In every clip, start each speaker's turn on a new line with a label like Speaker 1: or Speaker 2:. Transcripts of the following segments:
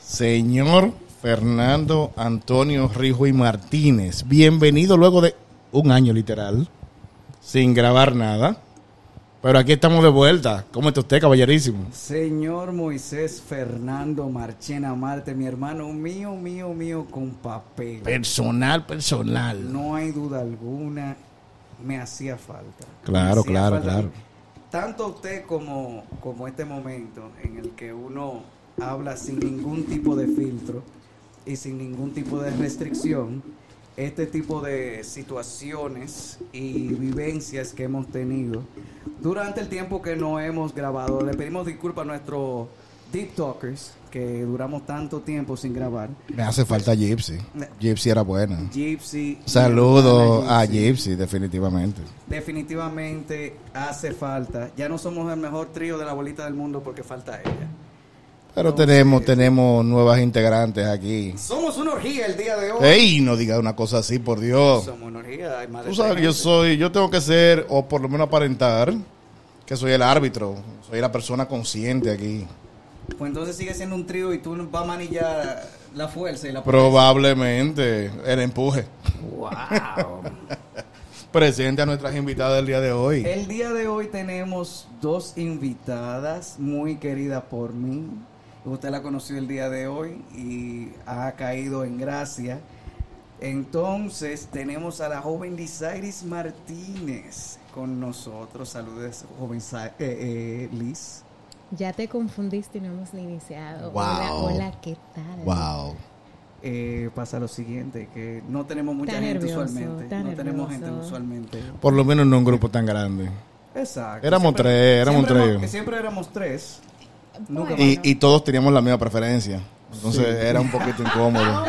Speaker 1: señor Fernando Antonio Rijo y Martínez. Bienvenido luego de un año literal, sin grabar nada. Pero aquí estamos de vuelta. ¿Cómo está usted, caballerísimo?
Speaker 2: Señor Moisés Fernando Marchena Marte, mi hermano mío, mío, mío, con papel.
Speaker 1: Personal, personal.
Speaker 2: No hay duda alguna, me hacía falta.
Speaker 1: Claro,
Speaker 2: Me hacía
Speaker 1: claro,
Speaker 2: falta.
Speaker 1: claro.
Speaker 2: Tanto usted como, como este momento en el que uno habla sin ningún tipo de filtro y sin ningún tipo de restricción, este tipo de situaciones y vivencias que hemos tenido durante el tiempo que no hemos grabado. Le pedimos disculpas a nuestros deep talkers que duramos tanto tiempo sin grabar.
Speaker 1: Me hace falta Gypsy. Gypsy era buena.
Speaker 2: Gypsy.
Speaker 1: Saludo
Speaker 2: mi hermana
Speaker 1: a Gypsy, definitivamente.
Speaker 2: definitivamente hace falta. Ya no somos el mejor trío de la bolita del mundo porque falta ella.
Speaker 1: Pero tenemos, tenemos nuevas integrantes aquí.
Speaker 2: Somos una orgía el día de hoy.
Speaker 1: ¡Ey! No diga una cosa así, por Dios.
Speaker 2: Somos una orgía. Hay más de
Speaker 1: Tú sabes que
Speaker 2: tres
Speaker 1: yo
Speaker 2: gente.
Speaker 1: soy, yo tengo que ser, o por lo menos aparentar, que soy el árbitro. Soy la persona consciente aquí.
Speaker 2: Pues entonces sigue siendo un trío y tú vas a manillar la fuerza y la
Speaker 1: Probablemente el empuje.
Speaker 2: potencia. Wow.
Speaker 1: Presente a nuestras invitadas del día de hoy.
Speaker 2: El día de hoy tenemos dos invitadas muy queridas por mí. Usted la conoció el día de hoy y ha caído en gracia. Entonces tenemos a la joven Lisairis Martínez con nosotros. Saludos, joven Sa- eh, eh, Liz.
Speaker 3: Ya te confundiste y no hemos ni iniciado.
Speaker 1: Wow.
Speaker 3: Hola, hola, ¿qué tal?
Speaker 1: Wow.
Speaker 2: Eh, pasa lo siguiente, que no tenemos mucha
Speaker 3: Está
Speaker 2: gente
Speaker 3: nervioso,
Speaker 2: usualmente.
Speaker 3: está
Speaker 2: No tenemos
Speaker 3: nervioso.
Speaker 2: gente usualmente.
Speaker 1: Por lo menos no un grupo tan grande.
Speaker 2: Exacto.
Speaker 1: Éramos tres, éramos
Speaker 2: siempre
Speaker 1: tres.
Speaker 2: éramos- Siempre éramos tres. Nunca
Speaker 3: Bueno,
Speaker 1: Y, y todos teníamos la misma preferencia. Entonces era un poquito incómodo.
Speaker 3: wow.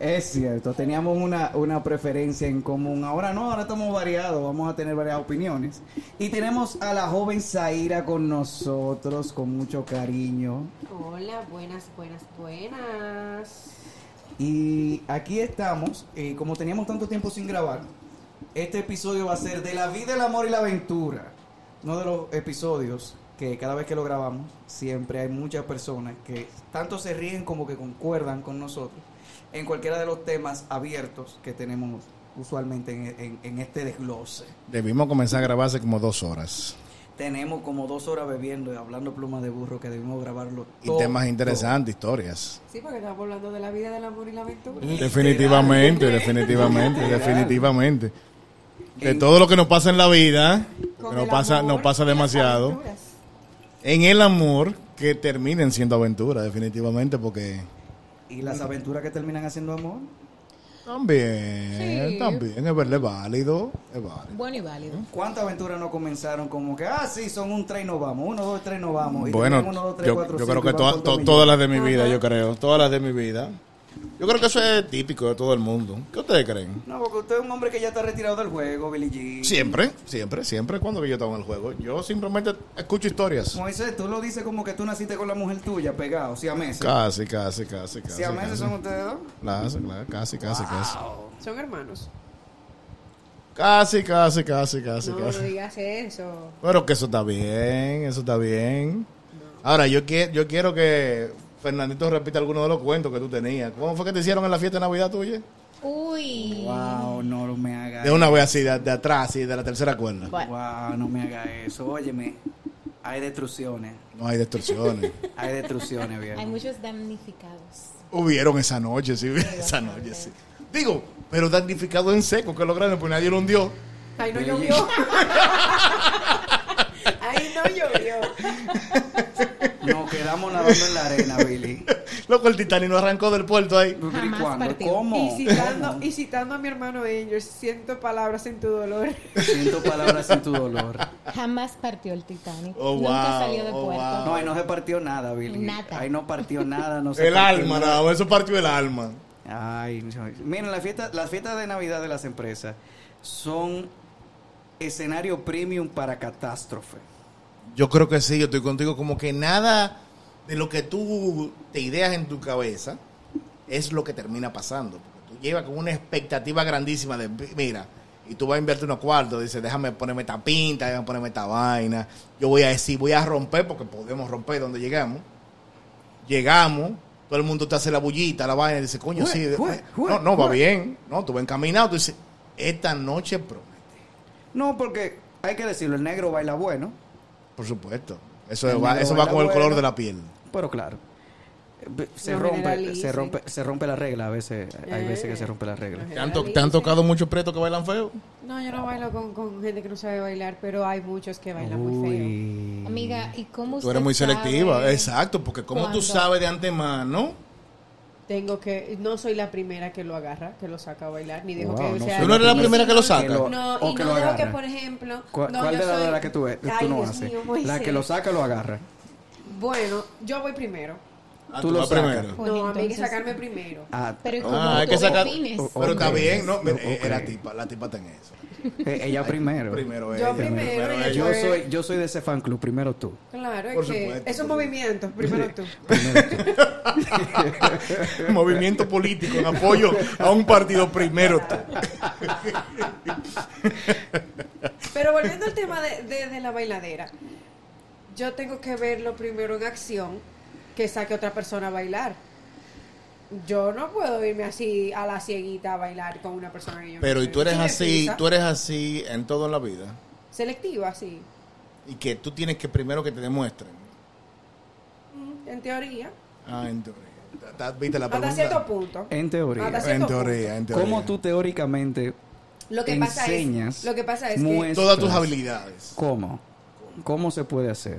Speaker 2: Es cierto, teníamos una, una preferencia en común. Ahora no, ahora estamos variados, vamos a tener varias opiniones. Y tenemos a la joven Zaira con nosotros, con mucho cariño.
Speaker 4: Hola, buenas, buenas, buenas.
Speaker 2: Y aquí estamos, eh, como teníamos tanto tiempo sin grabar, este episodio va a ser de la vida, el amor y la aventura. Uno de los episodios que cada vez que lo grabamos, siempre hay muchas personas que tanto se ríen como que concuerdan con nosotros en cualquiera de los temas abiertos que tenemos usualmente en, en- en este desglose.
Speaker 1: Debimos comenzar a grabar hace como dos horas.
Speaker 2: Tenemos como dos horas bebiendo y hablando plumas de burro que debimos grabarlo
Speaker 1: Y
Speaker 2: todo.
Speaker 1: temas interesantes, historias.
Speaker 4: Sí, porque estamos hablando de la vida, del amor y la aventura.
Speaker 1: Mm, Definitivamente, definitivamente,
Speaker 2: Literal.
Speaker 1: definitivamente. De
Speaker 2: En-
Speaker 1: todo lo que nos pasa en la vida,
Speaker 4: Con
Speaker 1: que nos
Speaker 4: el
Speaker 1: pasa,
Speaker 4: amor
Speaker 1: nos pasa
Speaker 4: y las
Speaker 1: demasiado.
Speaker 4: aventuras.
Speaker 1: En el amor que terminen siendo aventuras, definitivamente, porque
Speaker 2: Y las aventuras que terminan haciendo amor.
Speaker 1: también,
Speaker 4: Sí.
Speaker 1: también es verdad, es válido, es válido.
Speaker 3: Bueno y válido.
Speaker 2: ¿Cuántas aventuras no comenzaron como que, ah, sí, son un tren, no vamos, uno, dos, tres, no vamos? Y
Speaker 1: Bueno,
Speaker 2: terminan uno, dos, tres,
Speaker 1: yo,
Speaker 2: cuatro,
Speaker 1: yo
Speaker 2: cinco,
Speaker 1: creo que
Speaker 2: y van
Speaker 1: todas-
Speaker 2: por
Speaker 1: to-
Speaker 2: domingo.
Speaker 1: todas las de mi vida, yo creo, todas las de mi vida. Yo creo que eso es típico de todo el mundo. ¿Qué ustedes creen?
Speaker 2: No, porque usted es un hombre que ya está retirado del juego, Billy G.
Speaker 1: Siempre, siempre, siempre cuando que yo estaba en el juego. Yo simplemente escucho historias.
Speaker 2: Moisés, tú lo dices como que tú naciste con la mujer tuya, pegado, si a meses.
Speaker 1: Casi, casi, casi, casi.
Speaker 2: Si a meses
Speaker 1: casi.
Speaker 2: son ustedes dos.
Speaker 1: Claro, claro, casi, casi, casi.
Speaker 4: Son hermanos.
Speaker 1: Casi, casi, casi, casi,
Speaker 4: no,
Speaker 1: casi.
Speaker 4: no digas eso.
Speaker 1: Pero que eso está bien, eso está bien. Ahora, yo, qui- yo quiero que Fernandito repita alguno de los cuentos que tú tenías. ¿Cómo fue que te hicieron en la fiesta de Navidad tuya?
Speaker 3: Uy.
Speaker 2: Wow, no me haga
Speaker 1: De
Speaker 2: eso.
Speaker 1: una vez así, de, de atrás, así, de la tercera cuerda.
Speaker 3: Bueno,
Speaker 2: Wow, no me haga eso. Óyeme, hay destrucciones.
Speaker 1: No hay distorsiones.
Speaker 2: Hay destrucciones, viejo.
Speaker 3: hay muchos damnificados.
Speaker 1: Hubieron esa noche, sí, esa noche, sí. Digo, pero damnificado en seco, que lo grande, pues nadie lo hundió.
Speaker 4: Ay, no llovió. Ay, no llovió.
Speaker 2: Nos quedamos nadando en la arena, Billy.
Speaker 1: Loco, el Titanic no arrancó del puerto ahí.
Speaker 2: ¿Pero y
Speaker 3: Jamás
Speaker 2: cuándo?
Speaker 3: partió.
Speaker 2: ¿Cómo?
Speaker 4: Y citando,
Speaker 2: ¿Cómo?
Speaker 4: y citando a mi hermano Angel, siento palabras en tu dolor.
Speaker 2: Siento palabras sin tu dolor.
Speaker 3: Jamás partió el Titanic.
Speaker 1: Oh, wow,
Speaker 3: Nunca salió de
Speaker 1: oh,
Speaker 3: puerto.
Speaker 2: No, ahí no se partió nada, Billy.
Speaker 3: Nada.
Speaker 2: Ahí no partió nada, no se
Speaker 1: El
Speaker 2: partió
Speaker 1: alma,
Speaker 2: nada.
Speaker 1: nada, más, eso partió el alma.
Speaker 2: Ay, no. miren, las fiestas las fiestas de Navidad de las empresas son escenario premium para catástrofe.
Speaker 1: Yo creo que sí, yo estoy contigo. Como que nada de lo que tú te ideas en tu cabeza es lo que termina pasando. Porque tú llevas con una expectativa grandísima de, mira, y tú vas a invertir unos cuartos, dices, déjame ponerme esta pinta, déjame ponerme esta vaina, yo voy a decir, voy a romper, porque podemos romper donde llegamos. Llegamos, todo el mundo te hace la bullita, la vaina, y dice, coño,
Speaker 2: Jue-
Speaker 1: sí. eh,
Speaker 2: jue- jue-
Speaker 1: no, no, va
Speaker 2: jue.
Speaker 1: bien. No, tú vas encaminado, tú dices, esta noche promete.
Speaker 2: No, porque hay que decirlo, el negro baila bueno,
Speaker 1: Por supuesto. Eso
Speaker 2: El
Speaker 1: va,
Speaker 2: negro
Speaker 1: eso va
Speaker 2: baila
Speaker 1: con el color
Speaker 2: bueno.
Speaker 1: de la piel.
Speaker 2: pero claro. eh, b- Se
Speaker 4: No
Speaker 2: rompe, se
Speaker 4: generalicen. Eh.
Speaker 2: rompe, se rompe la regla a veces, hay veces que se rompe la regla.
Speaker 1: ¿Te han, to- te han tocado muchos pretos que bailan feo?
Speaker 4: No, yo no bailo con, con gente que no sabe bailar, pero hay muchos que bailan muy feo.
Speaker 2: Uy.
Speaker 3: Amiga, ¿y cómo
Speaker 1: Tú
Speaker 3: usted
Speaker 1: eres muy
Speaker 3: sabe?
Speaker 1: selectiva, exacto, porque como tú
Speaker 3: cuándo?
Speaker 1: sabes de antemano,
Speaker 4: Tengo que, no soy la primera que lo agarra, que lo saca a bailar, ni dejo
Speaker 2: Wow,
Speaker 4: que
Speaker 2: no
Speaker 4: sea.
Speaker 2: soy
Speaker 1: tú no eres la
Speaker 2: no,
Speaker 1: primera
Speaker 4: Sí,
Speaker 1: que lo
Speaker 4: no,
Speaker 1: saca.
Speaker 2: lo-
Speaker 4: No,
Speaker 2: o
Speaker 4: y
Speaker 2: que
Speaker 4: no
Speaker 2: lo
Speaker 4: dejo que,
Speaker 2: agarra.
Speaker 4: por ejemplo.
Speaker 2: ¿Cuál,
Speaker 4: no,
Speaker 2: cuál
Speaker 4: yo
Speaker 2: de las
Speaker 4: soy-
Speaker 2: dos la que tú, ves-
Speaker 4: Ay,
Speaker 2: tú no
Speaker 4: Dios
Speaker 2: haces?
Speaker 4: mío, pues
Speaker 2: la que
Speaker 4: Moisés.
Speaker 2: lo saca lo agarra.
Speaker 4: Bueno, yo voy primero.
Speaker 1: ah,
Speaker 2: Tú
Speaker 1: tú
Speaker 2: lo
Speaker 1: vas
Speaker 2: sacas.
Speaker 1: primero.
Speaker 3: Pues
Speaker 4: no, a mí hay que
Speaker 3: entonces-
Speaker 4: sacarme primero.
Speaker 2: Ah,
Speaker 3: Pero ¿y ¿cómo
Speaker 1: Ah, hay
Speaker 3: tú
Speaker 1: que sacar.
Speaker 3: defines?
Speaker 2: O-
Speaker 1: Pero está
Speaker 2: Ok.
Speaker 1: bien, no, mira, eh,
Speaker 2: Ok.
Speaker 1: era tipa, la tipa está en eso.
Speaker 2: eh, ella primero.
Speaker 1: Primero
Speaker 4: Yo
Speaker 1: ella,
Speaker 4: primero, y
Speaker 1: ella.
Speaker 2: Yo
Speaker 4: después-
Speaker 2: soy, yo soy de ese fan club, primero tú.
Speaker 4: Claro,
Speaker 1: Por
Speaker 4: es que
Speaker 1: supuesto,
Speaker 4: esos
Speaker 1: por
Speaker 4: movimientos, primero tú.
Speaker 2: Primero tú.
Speaker 1: movimiento político en apoyo a un partido primero. tú.
Speaker 4: Pero volviendo al tema de, de- de la bailadera, yo tengo que verlo primero en acción que saque otra persona a bailar. Yo no puedo irme así a la cieguita a bailar con una persona que yo no
Speaker 1: Pero y
Speaker 4: sé.
Speaker 1: tú eres
Speaker 4: Sí me
Speaker 1: así,
Speaker 4: pisa.
Speaker 1: tú eres así en toda la vida
Speaker 4: Selectiva, sí.
Speaker 1: y que tú tienes que primero que te demuestren.
Speaker 4: Mm, En teoría.
Speaker 1: Ah, en teoría. Ta- ta- ¿Viste la
Speaker 4: Hasta cierto
Speaker 1: pregunta?
Speaker 4: punto.
Speaker 2: En
Speaker 3: Ah,
Speaker 4: Hasta
Speaker 2: teoría.
Speaker 4: cierto
Speaker 1: En
Speaker 4: punto.
Speaker 1: teoría, en teoría.
Speaker 2: ¿Cómo tú teóricamente
Speaker 4: Lo que pasa
Speaker 2: enseñas?
Speaker 4: es, lo que pasa es que,
Speaker 2: muestras-
Speaker 1: todas tus habilidades?
Speaker 2: ¿Cómo? ¿Cómo se puede hacer?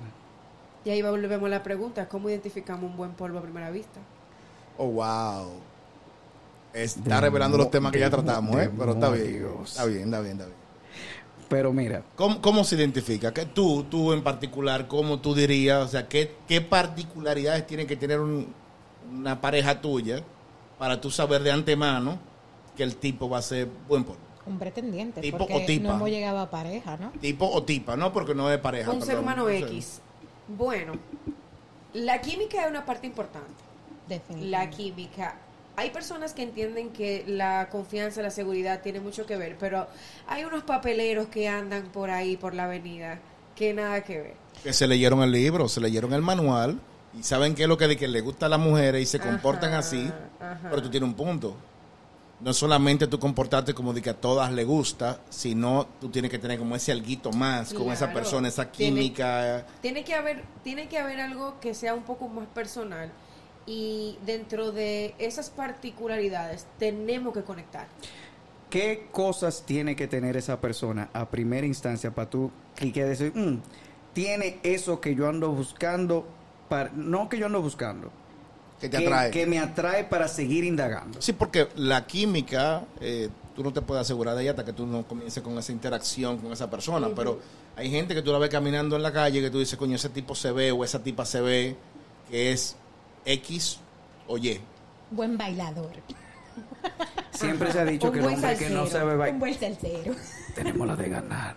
Speaker 4: y ahí volvemos a la pregunta, ¿cómo identificamos un buen polvo a primera vista?
Speaker 1: Oh, wow. Está
Speaker 2: Demo-
Speaker 1: revelando los temas que ya tratamos, ¿eh? Pero está bien.
Speaker 2: demonios.
Speaker 1: Está bien, está bien, está bien.
Speaker 2: Pero mira,
Speaker 1: ¿Cómo, cómo se identifica? ¿Qué tú, tú en particular, cómo tú dirías? O sea, ¿qué, qué particularidades tiene que tener un- una pareja tuya para tú saber de antemano que el tipo va a ser buen polvo?
Speaker 3: Un pretendiente.
Speaker 1: Tipo
Speaker 3: porque
Speaker 1: o tipa.
Speaker 3: no hemos llegado a pareja, ¿no?
Speaker 1: Tipo o tipa, ¿no? Porque no es pareja.
Speaker 4: Eh, ah, un ser
Speaker 1: perdón.
Speaker 4: humano
Speaker 1: No sé.
Speaker 4: X. Bueno, la química es una parte importante. La
Speaker 3: Definitivamente.
Speaker 4: química. Hay personas que entienden que la confianza, la seguridad tiene mucho que ver, pero hay unos papeleros que andan por ahí, por la avenida, que nada que ver.
Speaker 1: Que se leyeron el libro, se leyeron el manual y saben qué es lo que, de que le gusta a las mujeres y se comportan
Speaker 4: Ajá,
Speaker 1: así.
Speaker 4: ajá.
Speaker 1: Pero tú tienes un punto. No solamente tú comportarte como de que a todas le gusta, sino tú tienes que tener como ese alguito más con esa
Speaker 4: Claro.
Speaker 1: persona, esa
Speaker 4: Tiene-
Speaker 1: química.
Speaker 4: Tiene que haber, tiene que haber algo que sea un poco más personal y dentro de esas particularidades tenemos que conectar.
Speaker 2: ¿qué cosas tiene que tener esa persona a primera instancia para tú cliquear y decir, "Mm, tiene eso que yo ando buscando, para, no que yo ando buscando,
Speaker 1: que te atrae.
Speaker 2: que me atrae para seguir indagando?
Speaker 1: Sí, porque la química, eh, tú no te puedes asegurar de ella hasta que tú no comiences con esa interacción con esa persona, pero hay gente que tú la ves caminando en la calle que tú dices, coño, ese tipo se ve o esa tipa se ve que es X o Y.
Speaker 3: Buen bailador.
Speaker 2: Siempre se ha dicho
Speaker 3: Un
Speaker 2: que el
Speaker 3: buen
Speaker 2: hombre que
Speaker 3: salsero.
Speaker 2: no sabe
Speaker 3: Un
Speaker 2: bailar,
Speaker 3: buen salsero.
Speaker 2: tenemos la de ganar.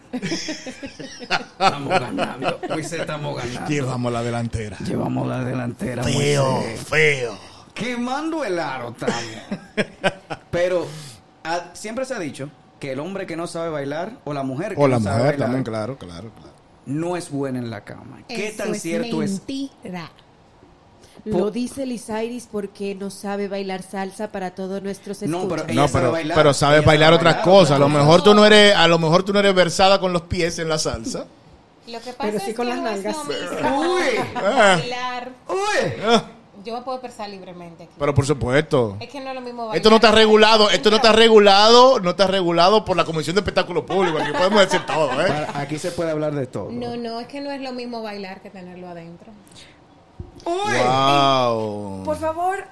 Speaker 2: estamos ganando, Moisés, estamos ganando.
Speaker 1: Llevamos la delantera.
Speaker 2: Llevamos la delantera, Moisés.
Speaker 1: feo.
Speaker 2: Quemando el aro también. Pero ah, siempre se ha dicho que el hombre que no sabe bailar o la mujer que
Speaker 1: O la
Speaker 2: no sabe
Speaker 1: mujer
Speaker 2: bailar
Speaker 1: también, claro, claro, claro.
Speaker 2: no es buena en la cama. ¿Qué
Speaker 3: Eso
Speaker 2: tan
Speaker 3: es
Speaker 2: cierto es?
Speaker 3: mentira.
Speaker 4: Lo dice Lisairis porque no sabe bailar salsa para todos nuestros escuchas.
Speaker 2: No, pero ella
Speaker 1: No,
Speaker 2: sabe
Speaker 1: pero,
Speaker 2: bailar.
Speaker 1: pero sabes
Speaker 2: Ella
Speaker 1: bailar
Speaker 2: sabe
Speaker 1: otras
Speaker 2: bailar,
Speaker 1: cosas. A
Speaker 2: pero-
Speaker 1: lo mejor tú no eres, a lo mejor tú no eres versada con los pies en la salsa.
Speaker 3: Lo que pasa
Speaker 4: Pero
Speaker 3: es
Speaker 4: sí
Speaker 3: que
Speaker 4: con las
Speaker 3: no es lo
Speaker 4: nalgas.
Speaker 3: mismo
Speaker 2: Uy.
Speaker 3: bailar.
Speaker 2: ¡Uy!
Speaker 1: Ah,
Speaker 3: Yo me puedo pensar libremente aquí.
Speaker 1: Pero por supuesto.
Speaker 3: es que no es lo mismo bailar.
Speaker 1: Esto no está regulado, esto no está regulado, no está regulado por la Comisión de Espectáculos Públicos. Aquí podemos decir todo, ¿eh?
Speaker 2: Para- Aquí se puede hablar de todo.
Speaker 3: No, no, es que no es lo mismo bailar que tenerlo adentro.
Speaker 1: eh, Wow.
Speaker 4: Por favor,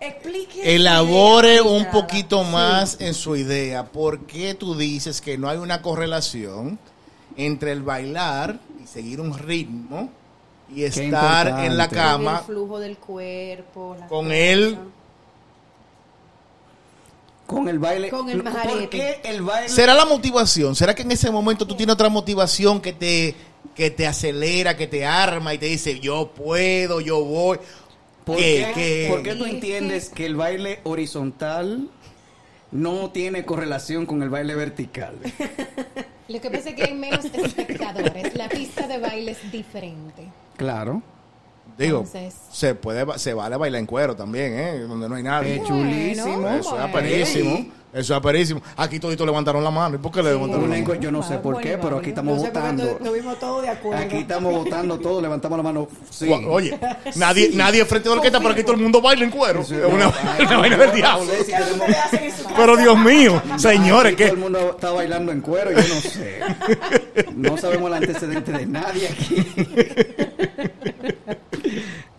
Speaker 4: explique.
Speaker 1: Elabore
Speaker 4: Explica.
Speaker 1: un poquito más en su idea. ¿Por qué tú dices que no hay una correlación entre el bailar y seguir un ritmo y estar en la
Speaker 2: importante.
Speaker 4: Con el
Speaker 1: cama
Speaker 4: flujo del cuerpo. la
Speaker 1: con
Speaker 4: cosa.
Speaker 1: él?
Speaker 2: Con el baile.
Speaker 4: Con el
Speaker 2: ¿Por
Speaker 4: majarete.
Speaker 2: qué el baile?
Speaker 1: ¿Será la motivación? ¿Será que en ese momento tú tienes otra motivación que te, que te acelera, que te arma y te dice, yo puedo, yo voy?
Speaker 2: ¿Por
Speaker 1: ¿Qué?
Speaker 2: qué,
Speaker 1: ¿Qué?
Speaker 2: por qué tú
Speaker 3: Es que-
Speaker 2: entiendes que el baile horizontal no tiene correlación con el baile vertical?
Speaker 3: Lo que pasa es que hay menos espectadores. La pista de baile es diferente.
Speaker 2: Claro.
Speaker 1: Digo,
Speaker 3: Entonces-
Speaker 1: se puede ba- se vale bailar en cuero también, ¿eh? Donde no hay nadie.
Speaker 2: Eh, chulísimo.
Speaker 3: Bueno,
Speaker 1: Eso es
Speaker 3: bueno.
Speaker 1: aperísimo. Eso es aperísimo. Aquí toditos levantaron la mano. ¿Y por qué le levantaron la
Speaker 2: Yo,
Speaker 1: mano?
Speaker 2: no sé por qué, pero aquí estamos
Speaker 4: No sé por qué
Speaker 2: votando.
Speaker 4: no- no vimos todos de acuerdo.
Speaker 2: Aquí estamos votando todos, levantamos la mano. Sí.
Speaker 1: Gua- Oye, nadie, nadie frente a la orquesta, pero aquí todo el mundo baila en cuero.
Speaker 2: Sí,
Speaker 1: es
Speaker 2: no,
Speaker 1: una,
Speaker 2: ay,
Speaker 1: una vaina del
Speaker 2: no
Speaker 1: diablo.
Speaker 2: sé si
Speaker 4: ¿Qué es lo que
Speaker 2: tenemos-
Speaker 4: ustedes hacen en su casa?
Speaker 1: Pero Dios mío, señores,
Speaker 2: Aquí Todo el
Speaker 1: que
Speaker 2: mundo está bailando en cuero, yo no sé. No sabemos el antecedente de nadie aquí.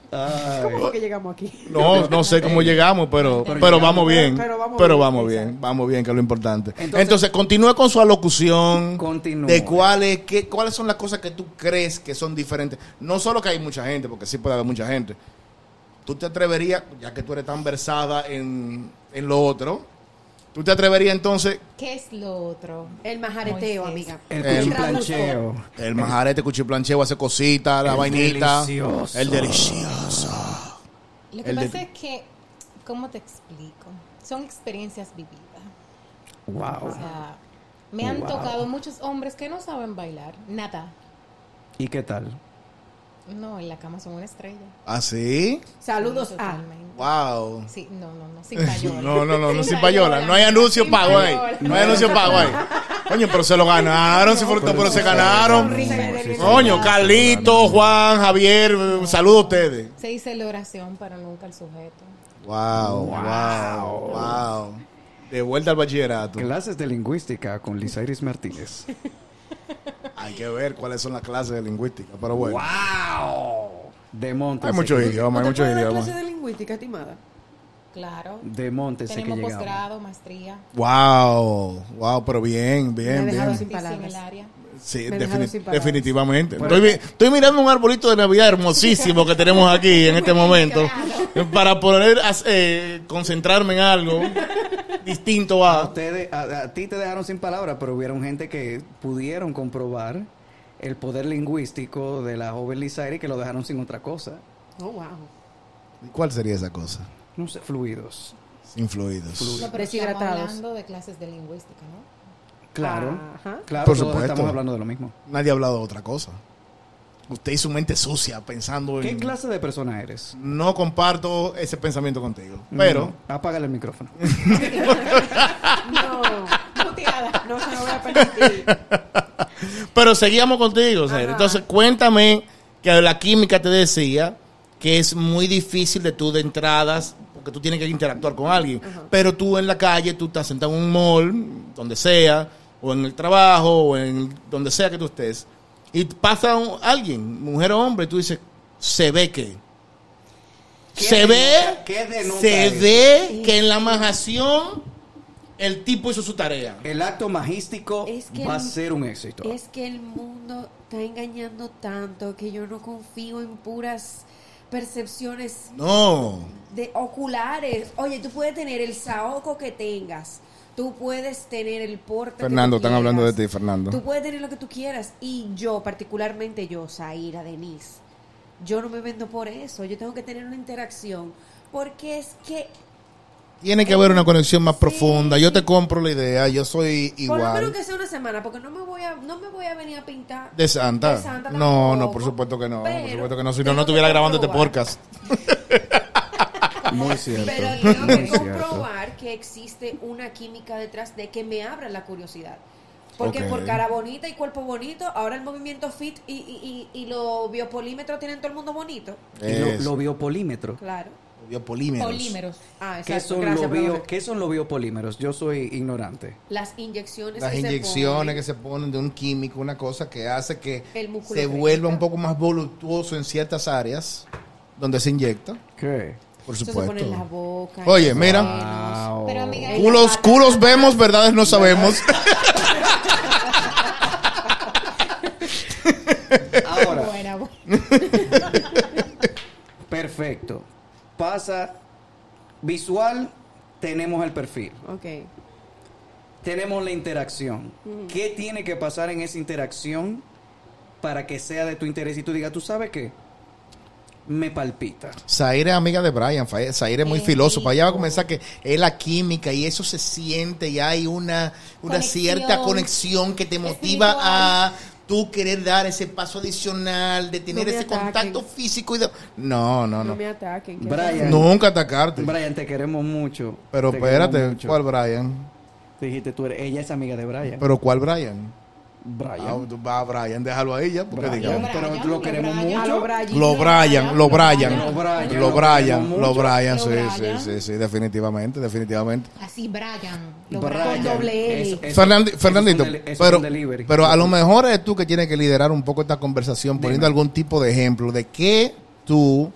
Speaker 2: Ay.
Speaker 4: ¿Cómo fue que llegamos aquí?
Speaker 1: no, no sé cómo llegamos, pero,
Speaker 2: Pero
Speaker 1: pero
Speaker 2: llegamos,
Speaker 1: vamos
Speaker 4: pero-
Speaker 1: bien.
Speaker 4: pero vamos
Speaker 1: Pero
Speaker 4: bien,
Speaker 1: vamos bien,
Speaker 4: exacto.
Speaker 1: vamos bien, que es lo importante.
Speaker 2: Entonces-
Speaker 1: Entonces, continúa con su alocución.
Speaker 2: Continúo.
Speaker 1: De cuáles, qué, cuáles son las cosas que tú crees que son diferentes. No solo que hay mucha gente, porque sí puede haber mucha gente. ¿Tú te atreverías, ya que tú eres tan versada en, en lo otro, tú te atreverías entonces
Speaker 3: ¿Qué es lo otro?
Speaker 4: El majareteo,
Speaker 3: Moisés.
Speaker 4: amiga.
Speaker 2: El
Speaker 1: El-
Speaker 2: cuchiplancheo.
Speaker 1: el majarete, cuchiplancheo, hace cositas, la
Speaker 2: El
Speaker 1: vainita?
Speaker 2: delicioso.
Speaker 1: El delicioso.
Speaker 3: Lo que
Speaker 1: El de-
Speaker 3: pasa es que, ¿cómo te explico? Son experiencias vividas. O
Speaker 2: Wow.
Speaker 3: sea,
Speaker 1: Oh,
Speaker 3: me han
Speaker 2: Wow.
Speaker 3: tocado muchos hombres que no saben bailar, nada.
Speaker 2: ¿Y qué tal?
Speaker 3: No, en la cama son una estrella.
Speaker 1: ¿Ah, sí?
Speaker 4: Saludos a. ah.
Speaker 3: Totalmente.
Speaker 1: Wow.
Speaker 3: Sí, no, no, no, sin payola.
Speaker 1: No, no, no, no sin
Speaker 3: payola.
Speaker 1: payola. No hay anuncio
Speaker 3: Sin
Speaker 1: pago ahí.
Speaker 3: payola.
Speaker 1: No hay anuncio pago ahí. Coño, pero se lo ganaron, si fue- pero se ganaron. Coño, Carlito, Juan, Javier, eh, saludo a ustedes.
Speaker 3: Se dice la oración, pero nunca el sujeto.
Speaker 1: Wow, wow, wow. De vuelta al bachillerato.
Speaker 2: Clases de lingüística con Lisairis Martínez.
Speaker 1: Hay que ver cuáles son las clases de lingüística, pero bueno.
Speaker 2: ¡Wow! De monte.
Speaker 1: Hay muchos idiomas, hay
Speaker 4: ¿No te
Speaker 1: muchos
Speaker 4: puedo dar
Speaker 1: idiomas.
Speaker 4: clase de lingüística, estimada?
Speaker 3: Claro.
Speaker 2: De monte sé que
Speaker 3: Tenemos
Speaker 2: llegamos.
Speaker 3: posgrado, maestría.
Speaker 1: Wow, wow, pero bien, bien,
Speaker 4: Me dejaron
Speaker 1: bien.
Speaker 4: Ah, sin
Speaker 3: expertise en
Speaker 4: palabras.
Speaker 3: el área.
Speaker 1: Sí,
Speaker 4: Me he dejado
Speaker 1: defini-
Speaker 4: sin palabras.
Speaker 1: definitivamente. Estoy, vi- estoy mirando un arbolito de Navidad hermosísimo que tenemos aquí en este momento para poder as- eh, concentrarme en algo distinto
Speaker 2: A
Speaker 1: a...
Speaker 2: ustedes, a, a ti te dejaron sin palabras, pero hubieron gente que pudieron comprobar el poder lingüístico de la joven Lisairi que lo dejaron sin otra cosa.
Speaker 4: Oh, wow.
Speaker 1: ¿Cuál sería esa cosa?
Speaker 2: No sé, fluidos.
Speaker 3: No,
Speaker 1: Influidos.
Speaker 3: pero estamos
Speaker 4: Deshidratados.
Speaker 3: hablando de clases de lingüística, ¿no?
Speaker 2: Claro,
Speaker 4: Ajá.
Speaker 2: claro,
Speaker 1: Por
Speaker 2: todos
Speaker 1: supuesto.
Speaker 2: estamos hablando de lo mismo.
Speaker 1: Nadie ha hablado de otra cosa. Usted y su mente sucia pensando
Speaker 2: ¿Qué
Speaker 1: en...
Speaker 2: clase de persona eres?
Speaker 1: No comparto ese pensamiento contigo, pero...
Speaker 2: Mm, apágale el micrófono.
Speaker 4: No, muteada. No se lo voy a permitir.
Speaker 1: Pero seguíamos contigo, o sea,
Speaker 4: Ajá.
Speaker 1: entonces cuéntame que la química te decía que es muy difícil de tú de entradas, porque tú tienes que interactuar con alguien, pero tú en la calle, tú estás sentado en un mall, donde sea, o en el trabajo, o en donde sea que tú estés, y pasa un- alguien, mujer o hombre, y tú dices, se ve que...
Speaker 2: ¿Qué
Speaker 1: Se
Speaker 2: denota-
Speaker 1: ve,
Speaker 2: qué denota
Speaker 1: se
Speaker 2: eso?
Speaker 1: ve que en la majación el tipo hizo su tarea.
Speaker 2: El acto magístico
Speaker 4: Es que
Speaker 2: va a
Speaker 4: el-
Speaker 2: ser un éxito.
Speaker 4: Es que el mundo está engañando tanto que yo no confío en puras percepciones
Speaker 1: No.
Speaker 4: de oculares. Oye, tú puedes tener el saoco que tengas. Tú puedes tener el porte. que
Speaker 1: Fernando,
Speaker 4: tú
Speaker 1: están hablando
Speaker 4: quieras,
Speaker 1: de ti, Fernando.
Speaker 4: Tú puedes tener lo que tú quieras. Y yo, particularmente yo, Zaira, Denise, yo no me vendo por eso. Yo tengo que tener una interacción. Porque es que,
Speaker 1: Tiene que haber una conexión más profunda. Yo te compro la idea. Yo soy
Speaker 4: por lo menos
Speaker 1: igual.
Speaker 4: que sea una semana, porque no me voy a, no me voy a venir a pintar.
Speaker 1: De Santa.
Speaker 4: De Santa
Speaker 1: no,
Speaker 4: tampoco,
Speaker 1: no, por supuesto que no. Por
Speaker 4: pero
Speaker 1: supuesto que no. Si no,
Speaker 4: tengo
Speaker 1: no estuviera
Speaker 4: que
Speaker 1: grabando este
Speaker 4: comprobar.
Speaker 1: podcast.
Speaker 2: Muy cierto.
Speaker 4: Pero tengo que
Speaker 2: muy cierto.
Speaker 4: comprobar que existe una química detrás de que me abra la curiosidad. Porque
Speaker 1: Ok.
Speaker 4: por cara bonita y cuerpo bonito, ahora el movimiento fit y, y, y, y los biopolímetros tienen todo el mundo bonito.
Speaker 2: Y lo-
Speaker 1: Es-
Speaker 2: lo biopolímetro.
Speaker 4: Claro.
Speaker 1: biopolímeros.
Speaker 3: Polímeros.
Speaker 4: Ah, exacto.
Speaker 2: ¿Qué son,
Speaker 4: Gracias,
Speaker 2: los bio-
Speaker 4: profe.
Speaker 2: ¿Qué son los biopolímeros? Yo soy ignorante.
Speaker 4: Las inyecciones
Speaker 1: Las
Speaker 4: que se
Speaker 1: inyecciones
Speaker 4: ponen.
Speaker 1: que se ponen de un químico, una cosa que hace que
Speaker 4: El músculo
Speaker 1: se
Speaker 4: crezca.
Speaker 1: vuelva un poco más voluptuoso en ciertas áreas donde se inyecta.
Speaker 2: ¿Qué?
Speaker 1: Por
Speaker 4: Eso se pone en la
Speaker 1: supuesto.
Speaker 4: boca. en
Speaker 1: Oye,
Speaker 4: los
Speaker 1: mira.
Speaker 4: senos.
Speaker 1: Oh,
Speaker 3: Pero amiga, en la
Speaker 1: Culos,
Speaker 3: pata-
Speaker 1: culos vemos, verdades no sabemos.
Speaker 2: Ahora,
Speaker 3: Buena, buena.
Speaker 2: perfecto. Pasa visual, tenemos el perfil,
Speaker 4: Ok.
Speaker 2: tenemos la interacción. ¿Qué tiene que pasar en esa interacción para que sea de tu interés y tú digas, tú sabes qué? Me palpita.
Speaker 1: Zaire es amiga de Brian, Fa- Zaire es muy
Speaker 3: Qué
Speaker 1: filósofa. Ella va a
Speaker 3: rico.
Speaker 1: comenzar que es la química y eso se siente y hay una, una
Speaker 3: Conexión.
Speaker 1: cierta conexión que te motiva a tú querer dar ese paso adicional, de tener
Speaker 4: me
Speaker 1: ese
Speaker 4: ataquen.
Speaker 1: contacto físico y de... No, no,
Speaker 4: No
Speaker 1: no.
Speaker 4: me ataquen. que-
Speaker 2: Brian.
Speaker 1: Nunca atacarte.
Speaker 2: Brian, te queremos mucho.
Speaker 1: Pero
Speaker 2: Te
Speaker 1: espérate,
Speaker 2: queremos mucho.
Speaker 1: ¿cuál Brian?
Speaker 2: Dijiste, tú eres, ella es amiga de Brian.
Speaker 1: ¿Pero cuál Brian?
Speaker 2: Brian.
Speaker 1: Ah, tú- va, Brian, déjalo ahí ya, porque
Speaker 2: Brian.
Speaker 1: digamos...
Speaker 2: pero
Speaker 3: Brian,
Speaker 2: lo
Speaker 3: que
Speaker 2: queremos
Speaker 4: A
Speaker 3: Brian.
Speaker 4: lo
Speaker 2: mucho.
Speaker 4: Brian.
Speaker 1: Lo Brian, lo Brian,
Speaker 2: Lo Brian.
Speaker 1: lo Brian, lo
Speaker 2: Lo
Speaker 1: Brian, sí,
Speaker 3: Brian.
Speaker 1: sí, sí, sí, definitivamente, definitivamente.
Speaker 3: Así, Brian. Lo
Speaker 2: Brian.
Speaker 3: Brian.
Speaker 4: doble L.
Speaker 2: Eso- eso-
Speaker 1: Fernan-
Speaker 2: eso es
Speaker 1: Fernandito,
Speaker 2: un deli- eso es
Speaker 1: pero,
Speaker 2: un delivery.
Speaker 1: pero a lo mejor es tú que tienes que liderar un poco esta conversación poniendo algún tipo de ejemplo de que tú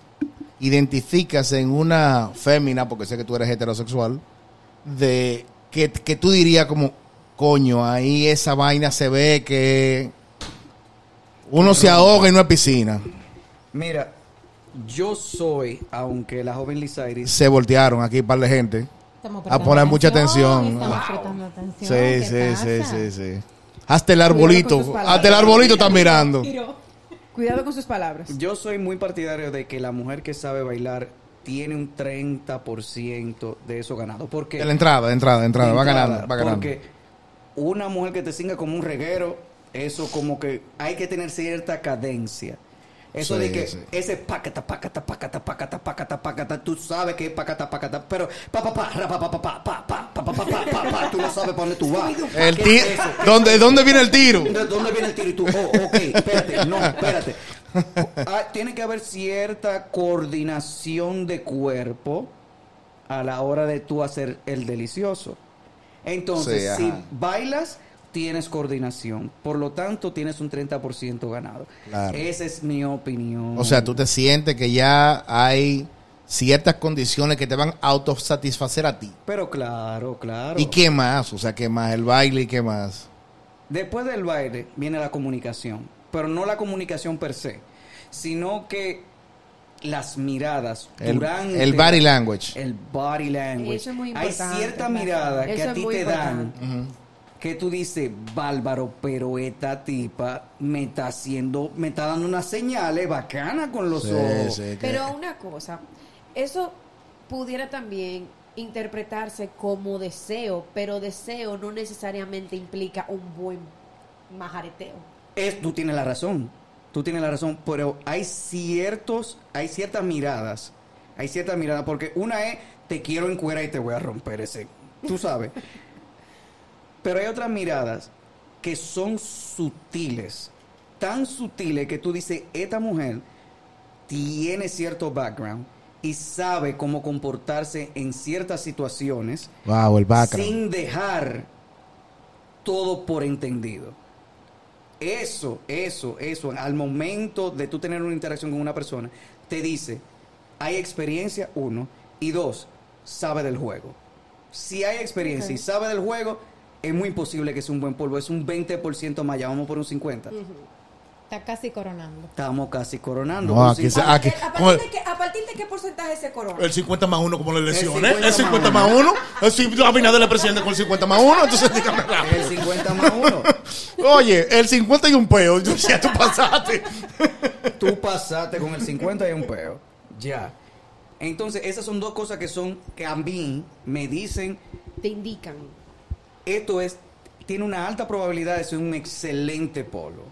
Speaker 1: identificas en una fémina, porque sé que tú eres heterosexual, de que, que tú dirías como, coño, ahí esa vaina se ve que uno se ahoga en una piscina.
Speaker 2: Mira, yo soy, aunque la joven Lisairis
Speaker 1: Se voltearon aquí un par de gente.
Speaker 3: Estamos
Speaker 1: A poner mucha atención.
Speaker 3: Estamos
Speaker 1: Wow.
Speaker 3: prestando atención.
Speaker 1: Sí,
Speaker 3: ¿qué
Speaker 1: sí, sí,
Speaker 3: pasa?
Speaker 1: sí, sí. Hasta el
Speaker 4: con tus
Speaker 1: arbolito,
Speaker 4: palabras.
Speaker 1: hasta el arbolito están mirando.
Speaker 3: Tiró.
Speaker 4: Cuidado con sus palabras.
Speaker 2: Yo soy muy partidario de que la mujer que sabe bailar tiene un 30% de eso ganado. Porque
Speaker 1: De la entrada, de entrada, de entrada, va
Speaker 2: entrada,
Speaker 1: ganando, va ganando.
Speaker 2: Porque una mujer que te singa como un reguero, eso como que hay que tener cierta cadencia. Eso
Speaker 1: Sí,
Speaker 2: de que
Speaker 1: sí.
Speaker 2: ese pacata, pacata, pacata, pacata, pacata, pacata, tú sabes que es pacata, pacata, pero pa, pa, pa, ra, pa, pa, pa, pa, pa, pa, pa, pa, pa, pa, pa, pa, tú no sabes para dónde tú vas.
Speaker 1: El
Speaker 2: ¿Qué
Speaker 1: tiro,
Speaker 2: es eso?
Speaker 1: ¿dónde, ¿Dónde viene el tiro?
Speaker 2: ¿De dónde viene el tiro? Y tú, oh, ok, espérate, no, espérate. Ah, tiene que haber cierta coordinación de cuerpo a la hora de tú hacer el delicioso.
Speaker 1: Sí,
Speaker 2: Entonces,
Speaker 1: ajá.
Speaker 2: si bailas, tienes coordinación. Por lo tanto, tienes un 30% ganado.
Speaker 1: Claro.
Speaker 2: Esa es mi opinión.
Speaker 1: O sea, tú te sientes que ya hay ciertas condiciones que te van a autosatisfacer a ti.
Speaker 2: Pero claro, claro.
Speaker 1: ¿Y qué más? O sea, ¿qué más? El baile y qué más.
Speaker 2: Después del baile viene la comunicación, pero no la comunicación per se, sino que las miradas
Speaker 1: El,
Speaker 2: durante
Speaker 1: el body language.
Speaker 2: el body language.
Speaker 4: Eso es muy
Speaker 2: Hay
Speaker 4: importante,
Speaker 2: cierta
Speaker 4: Rafa.
Speaker 2: mirada que
Speaker 4: Eso
Speaker 2: a
Speaker 4: es
Speaker 2: ti
Speaker 4: muy
Speaker 2: te dan
Speaker 4: importante.
Speaker 1: Ujú.
Speaker 2: que tú dices, bárbaro, pero esta tipa me está haciendo, me está dando unas señales bacanas con los
Speaker 1: Sí,
Speaker 2: ojos.
Speaker 1: sí, que-
Speaker 4: Pero una cosa, eso pudiera también interpretarse como deseo, pero deseo no necesariamente implica un buen majareteo.
Speaker 2: Es- tú tienes la razón. Tú tienes la razón. Pero hay ciertos, hay ciertas miradas. Hay ciertas miradas. Porque una es, te quiero encuera y te voy a romper ese. Tú sabes. pero hay otras miradas que son sutiles. Tan sutiles que tú dices, esta mujer tiene cierto background y sabe cómo comportarse en ciertas situaciones
Speaker 1: Wow, el background.
Speaker 2: sin dejar todo por entendido. Eso, eso, eso, al momento de tú tener una interacción con una persona, te dice, hay experiencia, uno, y dos, sabe del juego. Si hay experiencia y sabe del juego, es muy imposible que sea un buen polvo, es un 20% más, ya vamos por un 50.
Speaker 3: Está casi coronando.
Speaker 2: Estamos casi coronando.
Speaker 1: No,
Speaker 2: un
Speaker 1: aquí se-
Speaker 2: 50.
Speaker 1: Ah, que-
Speaker 4: Eh, ¿A,
Speaker 1: como-
Speaker 4: partir de qué, a partir de qué porcentaje se corona?
Speaker 1: 50 más 1 como la
Speaker 2: elección, ¿eh? El 50 más
Speaker 1: 1. El final de la presidenta con el 50 más 1. Entonces,
Speaker 2: El 50 más uno.
Speaker 1: Oye, el 50 y un peo. Yo ya tú pasaste.
Speaker 2: tú pasaste con el 50 y un peo. Ya. Entonces, esas son dos cosas que son, que a mí me dicen,
Speaker 4: Te indican.
Speaker 2: esto es, tiene una alta probabilidad de ser un excelente polo.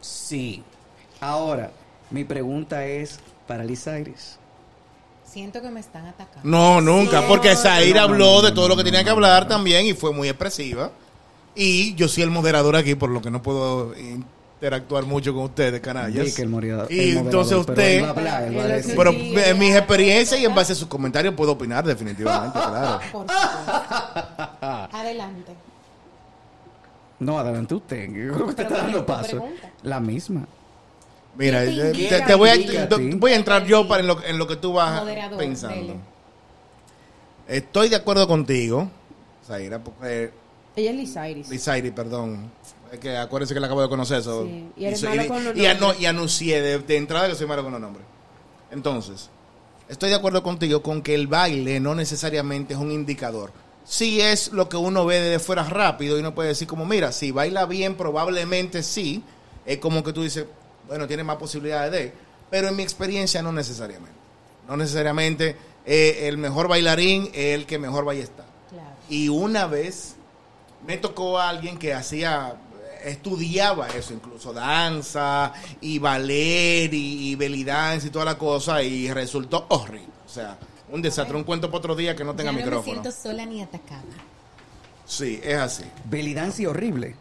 Speaker 2: Sí. Ahora, mi pregunta es para Liz Iris.
Speaker 3: Siento que me están atacando.
Speaker 1: No, nunca, porque Zaira
Speaker 2: No, no,
Speaker 1: habló
Speaker 2: no,
Speaker 1: de
Speaker 2: no,
Speaker 1: todo lo que
Speaker 2: no,
Speaker 1: tenía
Speaker 2: no,
Speaker 1: que
Speaker 2: no,
Speaker 1: hablar
Speaker 2: no.
Speaker 1: también y fue muy expresiva. Y yo soy el moderador aquí, por lo que no puedo interactuar mucho con ustedes, canallas.
Speaker 2: Dick, el morea-
Speaker 1: Ah, y
Speaker 2: el
Speaker 1: entonces
Speaker 2: moderador, pero
Speaker 1: usted,
Speaker 2: él va a hablar, él va a
Speaker 4: Él lo
Speaker 2: decir.
Speaker 1: pero
Speaker 4: Sí,
Speaker 1: en
Speaker 4: ella-
Speaker 1: mis experiencias y en base a sus comentarios puedo opinar definitivamente, claro.
Speaker 3: Por supuesto. Adelante.
Speaker 2: No, adelante usted. Yo creo que usted
Speaker 3: Pero
Speaker 2: está dando
Speaker 3: pregunta,
Speaker 2: paso.
Speaker 3: pregunta.
Speaker 2: La misma.
Speaker 1: Mira, eh,
Speaker 4: ¿Qué te
Speaker 1: te,
Speaker 2: indica
Speaker 1: te voy, a,
Speaker 2: a ti?
Speaker 1: te- te- voy a entrar yo para en, lo, en lo que tú vas
Speaker 3: Moderador,
Speaker 1: pensando.
Speaker 3: dele.
Speaker 1: Estoy de acuerdo contigo, Zaira, porque
Speaker 4: Ella es Lisairis.
Speaker 1: Lisairi, perdón. Es que acuérdense que la acabo de conocer eso.
Speaker 4: Sí, y eres
Speaker 1: soy-
Speaker 4: malo con los
Speaker 1: y anu-
Speaker 4: nombres.
Speaker 1: y anuncié de, de entrada que soy malo con los nombres. Entonces, estoy de acuerdo contigo con que el baile no necesariamente es un indicador. Sí es lo que uno ve desde fuera rápido y uno puede decir como, mira, si baila bien, probablemente sí. Es como que tú dices, bueno, tiene más posibilidades de... Pero en mi experiencia no necesariamente. No necesariamente eh, el mejor bailarín es el que mejor baile está.
Speaker 3: Claro.
Speaker 1: Y una vez me tocó a alguien que hacía estudiaba eso, incluso danza y ballet y, y belly dance y toda la cosa, y resultó horrible. O sea, un desastre, un cuento para otro día que no tenga
Speaker 3: ya no me
Speaker 1: micrófono.
Speaker 3: siento sola ni atacada.
Speaker 1: Sí, es así.
Speaker 2: Belidancia horrible.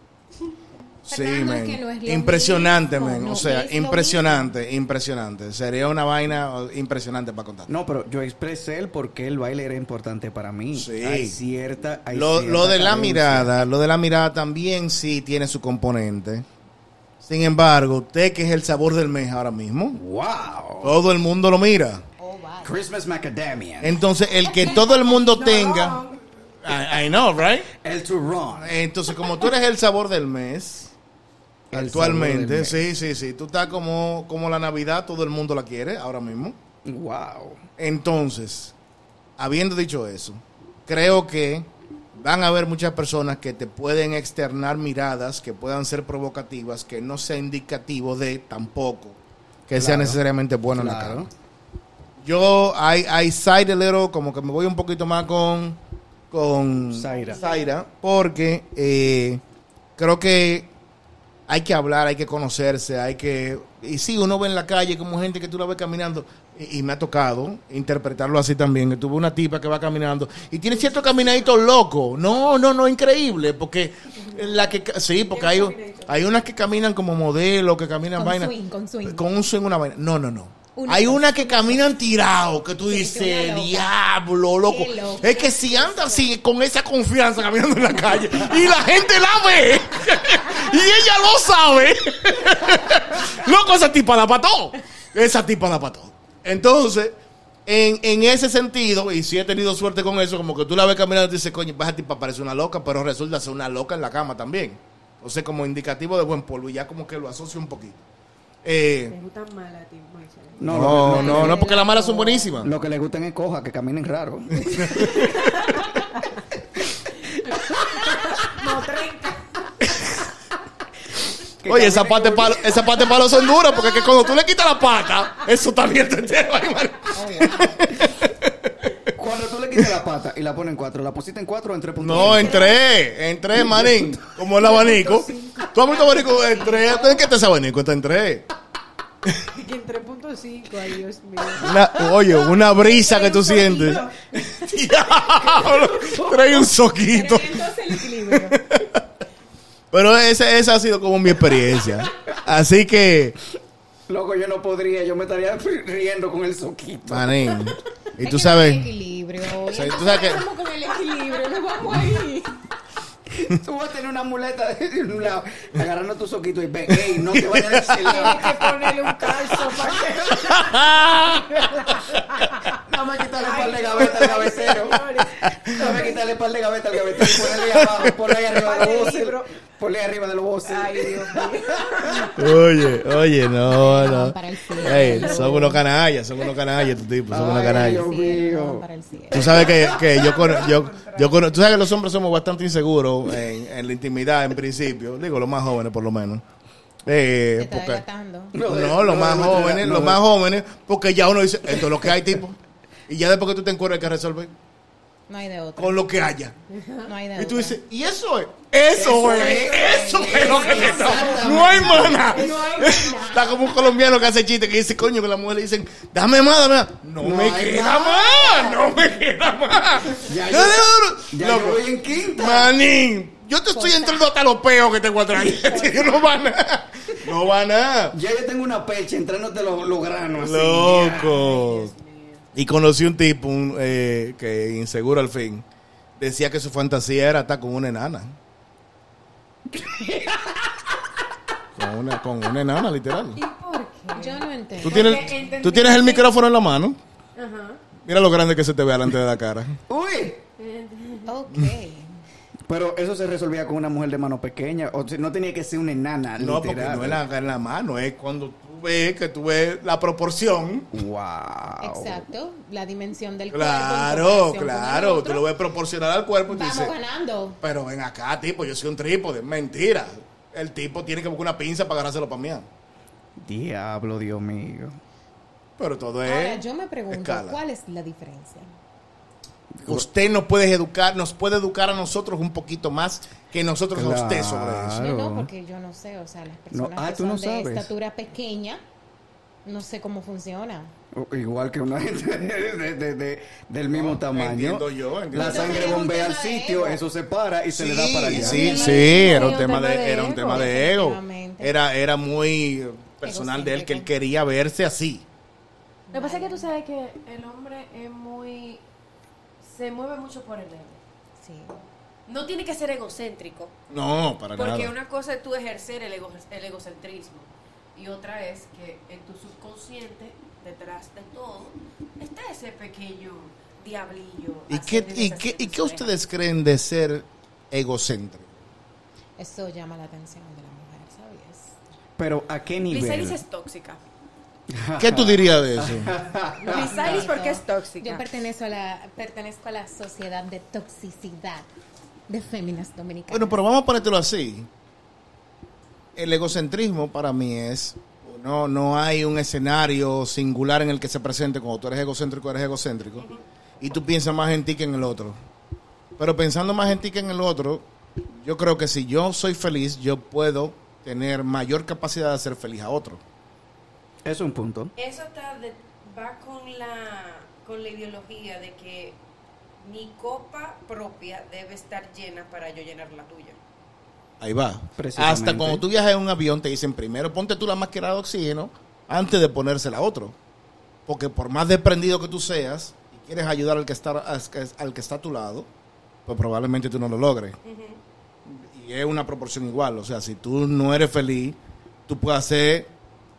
Speaker 1: Sí,
Speaker 3: Fernando, es
Speaker 1: men.
Speaker 3: que no es lo
Speaker 1: impresionante,
Speaker 3: mismo,
Speaker 1: men.
Speaker 3: no
Speaker 1: o sea,
Speaker 3: es lo
Speaker 1: impresionante, impresionante. Sería una vaina oh, impresionante para contar.
Speaker 2: No, pero yo expresé el por qué el baile era importante para mí.
Speaker 1: Sí.
Speaker 2: Hay cierta. hay
Speaker 1: lo,
Speaker 2: cierta
Speaker 1: lo de la
Speaker 2: carencia.
Speaker 1: mirada, lo de la mirada también sí tiene su componente. Sin embargo, usted que es el sabor del mes ahora mismo,
Speaker 2: ¡Wow!
Speaker 1: todo el mundo lo mira.
Speaker 3: Oh, vaya.
Speaker 2: Christmas Macadamia.
Speaker 1: Entonces, el que todo el mundo
Speaker 4: No,
Speaker 1: tenga, I, I know, right?
Speaker 2: El turrón.
Speaker 1: Entonces, como tú eres el sabor del mes,
Speaker 2: El
Speaker 1: actualmente,
Speaker 2: sabor del
Speaker 1: sí, sí, sí, tú estás como, como la Navidad, todo el mundo la quiere ahora mismo.
Speaker 2: ¡Wow!
Speaker 1: Entonces, habiendo dicho eso, creo que van a haber muchas personas que te pueden externar miradas que puedan ser provocativas, que no sea indicativo de tampoco que sea
Speaker 2: Claro.
Speaker 1: necesariamente bueno en la
Speaker 2: Claro.
Speaker 1: cara. Yo, I, I side a little, como que me voy un poquito más con, con
Speaker 2: Zaira.
Speaker 1: porque eh, creo que hay que hablar, hay que conocerse, hay que... Y sí, uno ve en la calle como gente que tú la ves caminando, y, y me ha tocado interpretarlo así también, que tuve una tipa que va caminando, y tiene cierto caminadito loco, no, no, no, increíble, porque la que... ca- Sí, porque hay, hay unas que caminan como modelo, que caminan
Speaker 3: Con
Speaker 1: vaina...
Speaker 3: swing, con swing.
Speaker 1: Con un swing, una vaina. No, no, no.
Speaker 3: Una
Speaker 1: hay
Speaker 3: cosa.
Speaker 1: unas que caminan tirado, que tú
Speaker 3: Sí, que
Speaker 1: dices,
Speaker 3: una loca.
Speaker 1: diablo, loco.
Speaker 3: Qué loco.
Speaker 1: Es que si anda así, con esa confianza caminando en la calle, y la gente la ve, y ella lo sabe, loco, esa tipa la pató. Esa tipa la pató. Entonces, en, en ese sentido, y si he tenido suerte con eso, como que tú la ves caminando y tú dices, coño, esa tipa parece una loca, pero resulta ser una loca en la cama también. O sea, como indicativo de buen polvo, y ya como que lo asocio un poquito. Eh,
Speaker 4: Te gustan malas, tío, Maisel.
Speaker 2: No,
Speaker 1: no,
Speaker 2: lo, que,
Speaker 1: no, no, porque las malas son buenísimas.
Speaker 2: lo- lo que le gustan es coja, que caminen raro.
Speaker 4: No, 30.
Speaker 2: Que
Speaker 1: Oye,
Speaker 2: caminen
Speaker 1: esa parte,
Speaker 2: con-
Speaker 1: palo, esa parte de palo son duras porque es que cuando tú le quitas la pata, eso está abierto entero. ahí, mano.
Speaker 2: Cuando tú le quitas la pata y la pones en cuatro, ¿la pusiste en cuatro o en tres puntos?
Speaker 1: No, entré, entré, manín, como el abanico. ¿Tú has visto abanico? Entré, ¿en qué está ese abanico? Está entré.
Speaker 4: Y que en 3.5, ay Dios mío.
Speaker 1: Una- oye, una brisa que tú sientes. Diablo, trae un soquito.
Speaker 4: Entonces el equilibrio.
Speaker 1: Pero esa, esa ha sido como mi experiencia. Así que,
Speaker 2: Loco, yo no podría, yo me estaría riendo con el soquito.
Speaker 1: manín, y
Speaker 3: Hay que ver
Speaker 1: tú
Speaker 3: el
Speaker 1: sabes,
Speaker 3: equilibrio.
Speaker 1: o sea, tú sabes que...
Speaker 4: Vamos con el equilibrio, nos vamos ahí.
Speaker 2: Tú vas a tener una muleta de un lado, agarrando tu soquito y ve, ey, no te vayas a decir
Speaker 4: Tienes
Speaker 2: nada.
Speaker 4: que ponerle un calzo para que.
Speaker 2: Nada más quitarle par de gaveta al cabecero. Nada más quitarle par de gaveta al cabecero y ponerle ahí abajo, ponle ahí arriba de
Speaker 4: Par de
Speaker 2: los voces.
Speaker 4: libros.
Speaker 2: Ponle ahí arriba de los voces.
Speaker 4: Ay, Dios mío.
Speaker 1: Oye, oye, no, no.
Speaker 3: Para el cielo.
Speaker 1: Ey, son unos canallas, son unos canallas estos tipos, son unos
Speaker 2: Ay,
Speaker 1: canallas.
Speaker 2: Dios
Speaker 3: Para el cielo,
Speaker 2: mío.
Speaker 3: para el cielo.
Speaker 1: Tú sabes que, que yo, con, yo, yo con- tú sabes que los hombres somos bastante inseguros en, en la intimidad en principio, digo los más jóvenes por lo menos. Eh,
Speaker 3: Te está
Speaker 1: porque-
Speaker 3: delatando.
Speaker 2: Lo de-
Speaker 1: no,
Speaker 2: lo
Speaker 1: los
Speaker 2: de
Speaker 1: más
Speaker 2: nuestra edad,
Speaker 1: jóvenes,
Speaker 2: lo
Speaker 1: los
Speaker 2: de-
Speaker 1: más jóvenes, porque ya uno dice, esto es lo que hay, tipo. Y ya después que tú te encuentras hay que resolver
Speaker 3: No hay de otra.
Speaker 1: con lo que haya.
Speaker 3: No hay de otra.
Speaker 1: Y tú dices, ¿y eso es? Eso, es, eso es lo que te está. No hay mana. Está como un colombiano que hace chiste que dice, coño, que la mujer le dicen, dame más, dame más. No,
Speaker 2: No
Speaker 1: me
Speaker 2: hay
Speaker 1: queda más, no me queda más.
Speaker 2: Ya
Speaker 1: No,
Speaker 2: yo-
Speaker 1: no, no.
Speaker 2: Ya
Speaker 1: Loco,
Speaker 2: yo voy en quinta.
Speaker 1: Manín, yo te estoy entrando hasta los peos que tengo atrás. Yo no va nada. No va nada.
Speaker 2: Ya yo tengo una percha entrándote los los granos. así,
Speaker 1: Loco. Y conocí un tipo un, eh, que inseguro al fin decía que su fantasía era estar con una enana. con, una, con una enana, literal.
Speaker 4: ¿Y por qué?
Speaker 3: Yo no entiendo.
Speaker 1: ¿Tú tienes, tú tienes el micrófono en la mano.
Speaker 4: Ajá.
Speaker 1: Mira lo grande que se te ve delante de la cara.
Speaker 2: ya. Uy.
Speaker 3: Ok.
Speaker 2: Pero eso se resolvía con una mujer de mano pequeña. O sea, no tenía que ser una enana,
Speaker 1: No, porque
Speaker 2: literal.
Speaker 1: no es la, en la mano, es cuando tú ves que tú ves la proporción.
Speaker 2: Wow.
Speaker 3: Exacto. La dimensión del
Speaker 1: Ah,
Speaker 3: cuerpo. en
Speaker 1: Claro,
Speaker 3: comparación con el
Speaker 1: claro. Tú
Speaker 3: otro.
Speaker 1: lo ves proporcional al cuerpo y tú
Speaker 3: Vamos
Speaker 1: dices,
Speaker 3: ganando.
Speaker 1: pero ven acá, tipo, yo soy un trípode. Mentira. El tipo tiene que buscar una pinza para agarrárselo para mí.
Speaker 2: Diablo, Dios mío.
Speaker 1: Pero todo
Speaker 3: Ahora,
Speaker 1: es.
Speaker 3: yo me pregunto,
Speaker 1: ¿Eh? escala.
Speaker 3: ¿cuál es la diferencia?
Speaker 1: Usted nos puede educar, nos puede educar a nosotros un poquito más que nosotros a usted sobre eso.
Speaker 2: Claro.
Speaker 3: No, no, porque yo no sé, o sea, las personas
Speaker 2: ah,
Speaker 3: que
Speaker 2: tú
Speaker 3: son
Speaker 2: no
Speaker 3: de
Speaker 2: sabes.
Speaker 3: estatura pequeña, no sé cómo funciona.
Speaker 2: O- Igual que una gente de- de- de- de- del mismo tamaño.
Speaker 1: Entiendo yo, entiendo
Speaker 2: La
Speaker 1: yo.
Speaker 3: Entonces,
Speaker 2: sangre
Speaker 3: es un
Speaker 2: bombea al
Speaker 3: tema de
Speaker 2: sitio,
Speaker 3: ego.
Speaker 2: eso se para y se le da para allá.
Speaker 3: Sí,
Speaker 1: Sí, sí, era un
Speaker 3: un
Speaker 1: tema
Speaker 3: tema
Speaker 1: de,
Speaker 3: de
Speaker 1: era un
Speaker 3: ego,
Speaker 1: tema de ego.
Speaker 3: efectivamente.
Speaker 1: Era, era muy personal de él que él
Speaker 3: Egocéntrico.
Speaker 1: quería verse así.
Speaker 5: Lo que pasa es que tú sabes que el hombre es muy. se mueve mucho por el ego.
Speaker 3: Sí.
Speaker 5: No tiene que ser egocéntrico.
Speaker 1: No, para
Speaker 5: Porque
Speaker 1: nada.
Speaker 5: una cosa es tú ejercer el, ego- el egocentrismo. Y otra es que en tu subconsciente, detrás de todo, está ese pequeño diablillo.
Speaker 1: ¿Y qué,
Speaker 5: haciendo
Speaker 1: y
Speaker 5: deshaciendo
Speaker 1: qué, y
Speaker 5: tus
Speaker 1: qué
Speaker 5: orejas.
Speaker 1: ustedes creen de ser egocéntrico?
Speaker 3: Eso llama la atención de la mujer, ¿sabes?
Speaker 2: Pero ¿a qué nivel?
Speaker 5: Lizalis es tóxica.
Speaker 1: ¿Qué tú dirías de eso? Ah,
Speaker 4: Lizalis porque es
Speaker 3: Yo
Speaker 4: tóxica.
Speaker 3: pertenezco a la, pertenezco a la sociedad de toxicidad de féminas dominicanas.
Speaker 1: Bueno, pero vamos a ponértelo así. El egocentrismo para mí es no no hay un escenario singular en el que se presente cuando tú eres egocéntrico, eres egocéntrico y tú piensas más en ti que en el otro. Pero pensando más en ti que en el otro, yo creo que si yo soy feliz, yo puedo tener mayor capacidad de hacer feliz a otro.
Speaker 2: Es un punto.
Speaker 5: Eso está de- va con la, con la ideología de que mi copa propia debe estar llena para yo llenar la tuya.
Speaker 1: Ahí va.
Speaker 2: Precisamente.
Speaker 1: Hasta cuando tú viajas en un avión te dicen primero ponte tú la máscara de oxígeno antes de ponérsela a otro. Porque por más desprendido que tú seas y quieres ayudar al que está, al que- al que está a tu lado, pues probablemente tú no lo logres. Y es una proporción igual. O sea, si tú no eres feliz, tú puedes hacer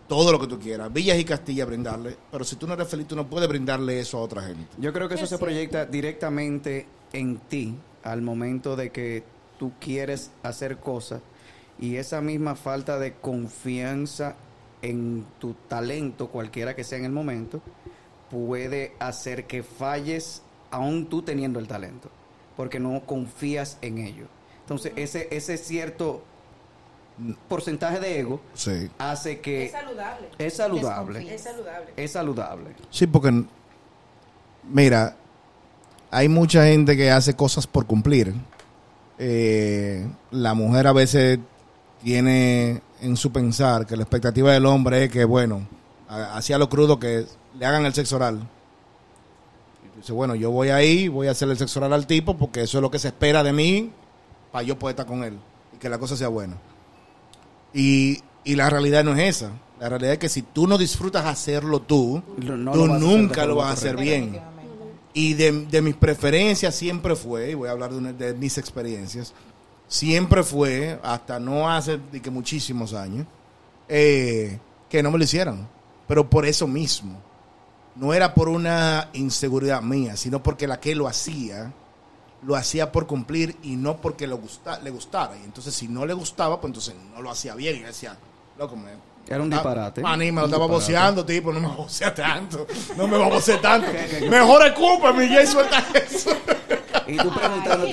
Speaker 1: todo lo que tú quieras. Villas y Castilla brindarle. Pero si tú no eres feliz, tú no puedes brindarle eso a otra gente.
Speaker 2: Yo creo que eso
Speaker 3: Es
Speaker 2: se proyecta directamente en ti al momento de que tú quieres hacer cosas y esa misma falta de confianza en tu talento, cualquiera que sea en el momento, puede hacer que falles aún tú teniendo el talento, porque no confías en ello. Entonces, ese, ese cierto porcentaje de ego
Speaker 1: Sí.
Speaker 2: hace que
Speaker 1: Eh,
Speaker 5: Es saludable.
Speaker 2: es saludable,
Speaker 3: Desconfía.
Speaker 5: Es saludable.
Speaker 2: es saludable.
Speaker 1: Sí, porque, mira, hay mucha gente que hace cosas por cumplir. Eh, la mujer a veces tiene en su pensar que la expectativa del hombre es que, bueno, ha- hacía lo crudo que le hagan el sexo oral. Y dice, bueno, yo voy ahí, voy a hacer el sexo oral al tipo porque eso es lo que se espera de mí para yo poder estar con él y que la cosa sea buena. Y, y la realidad no es esa. La realidad es que si tú no disfrutas hacerlo tú,
Speaker 2: Lo- no
Speaker 1: tú
Speaker 2: lo vas a hacer de
Speaker 1: nunca lo
Speaker 2: forma
Speaker 1: vas a hacer
Speaker 2: correcta.
Speaker 1: bien.
Speaker 3: Definitivamente.
Speaker 1: Y de, de mis preferencias siempre fue, y voy a hablar de, una- de mis experiencias, siempre fue, hasta no hace de que muchísimos años, eh, que no me lo hicieran. Pero por eso mismo. No era por una inseguridad mía, sino porque la que lo hacía, lo hacía por cumplir y no porque lo gusta, le gustara. Y entonces si no le gustaba, pues entonces no lo hacía bien. Y yo decía, loco, me,
Speaker 2: Era un disparate.
Speaker 1: Ah, maní, me lo
Speaker 2: Un
Speaker 1: estaba
Speaker 2: disparate.
Speaker 1: boceando, tipo. No me vocea tanto. No me va a vocear tanto. Mejor escúpame y ya y suelta eso.
Speaker 2: Y tú preguntándote,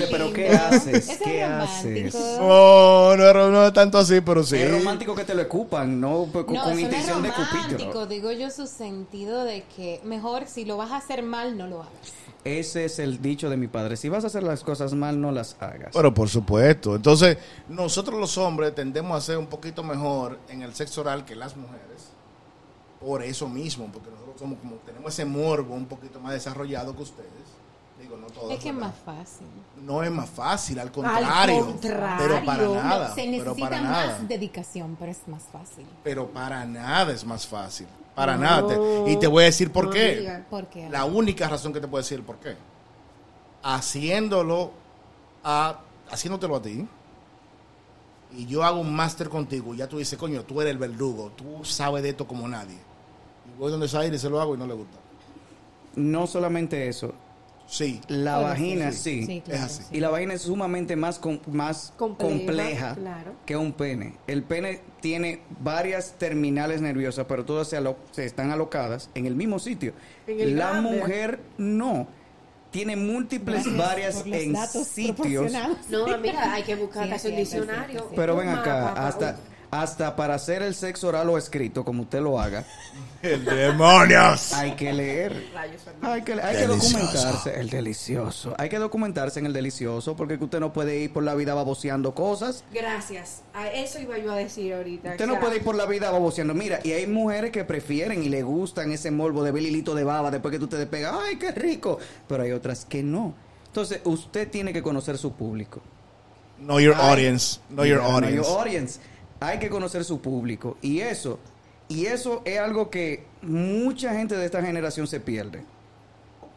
Speaker 3: Ay, qué
Speaker 2: pero ¿qué
Speaker 3: lindo.
Speaker 2: haces?
Speaker 3: Eso
Speaker 2: ¿Qué
Speaker 3: es romántico.
Speaker 2: haces?
Speaker 1: No, no, era- no era tanto así, pero sí.
Speaker 2: Es romántico que te lo escupan, no Pues, con,
Speaker 3: No, eso
Speaker 2: con
Speaker 3: no es
Speaker 2: intención de cupito.
Speaker 3: romántico, digo yo su sentido de que mejor si lo vas a hacer mal no lo hagas.
Speaker 2: Ese es el dicho de mi padre. Si vas a hacer las cosas mal, no las hagas.
Speaker 1: Pero por supuesto. Entonces, nosotros los hombres tendemos a ser un poquito mejor en el sexo oral que las mujeres. Por eso mismo, porque nosotros somos como tenemos ese morbo un poquito más desarrollado que ustedes. Digo, no todos.
Speaker 3: Es que es
Speaker 1: ¿verdad?
Speaker 3: más fácil.
Speaker 1: No es más fácil, al contrario.
Speaker 3: Al contrario.
Speaker 1: Pero para nada.
Speaker 3: No, se
Speaker 1: pero
Speaker 3: necesita
Speaker 1: para
Speaker 3: más
Speaker 1: nada.
Speaker 3: dedicación, pero es más fácil.
Speaker 1: pero para nada es más fácil. Para nada. Te- y te voy a decir por
Speaker 4: no
Speaker 1: qué.
Speaker 4: digas.
Speaker 3: Porque
Speaker 1: La única razón que te puedo decir el por qué. Haciéndolo, a, haciéndotelo a ti, y yo hago un máster contigo, y ya tú dices, coño, tú eres el verdugo, tú sabes de esto como nadie. Y voy donde Zaire y se lo hago y no le gusta.
Speaker 2: No solamente eso,
Speaker 1: Sí.
Speaker 2: la vagina sí.
Speaker 3: Sí, claro,
Speaker 1: así.
Speaker 3: sí.
Speaker 2: Y la vagina es sumamente más, com- más compleja,
Speaker 4: Compleja, claro.
Speaker 2: que un pene. El pene tiene varias terminales nerviosas, pero todas se, alo- se están alocadas en el mismo sitio.
Speaker 4: En el
Speaker 2: la
Speaker 4: glande.
Speaker 2: mujer no. Tiene múltiples
Speaker 3: Gracias
Speaker 2: varias
Speaker 3: por los
Speaker 2: en
Speaker 3: datos
Speaker 2: sitios.
Speaker 3: proporcionados.
Speaker 5: No, amiga, hay que buscar
Speaker 3: Sí,
Speaker 5: casi un
Speaker 3: sí, sí, sí,
Speaker 5: diccionario.
Speaker 3: sí, sí.
Speaker 2: Pero
Speaker 4: Un
Speaker 2: ven
Speaker 4: mapa,
Speaker 2: acá,
Speaker 4: papá.
Speaker 2: hasta Hasta para hacer el sexo oral o escrito, como usted lo haga,
Speaker 1: ¡El demonios!
Speaker 2: hay que leer.
Speaker 5: Rayos Fernández.
Speaker 2: Hay que, hay que
Speaker 1: Delicioso.
Speaker 2: documentarse, el delicioso. Hay que documentarse en el delicioso porque es que usted no puede ir por la vida baboseando cosas.
Speaker 4: Gracias. A eso iba yo a decir ahorita.
Speaker 2: Usted no
Speaker 4: Exacto.
Speaker 2: puede ir por la vida baboseando. Mira, y hay mujeres que prefieren y le gustan ese morbo de ver hilito de baba después que tú te despegas. ¡Ay, qué rico! Pero hay otras que no. Entonces, usted tiene que conocer su público.
Speaker 1: Know your
Speaker 2: Ay,
Speaker 1: audience. Know your
Speaker 2: mira, know
Speaker 1: audience.
Speaker 2: your audience. Hay que conocer su público. Y eso, y eso es algo que mucha gente de esta generación se pierde.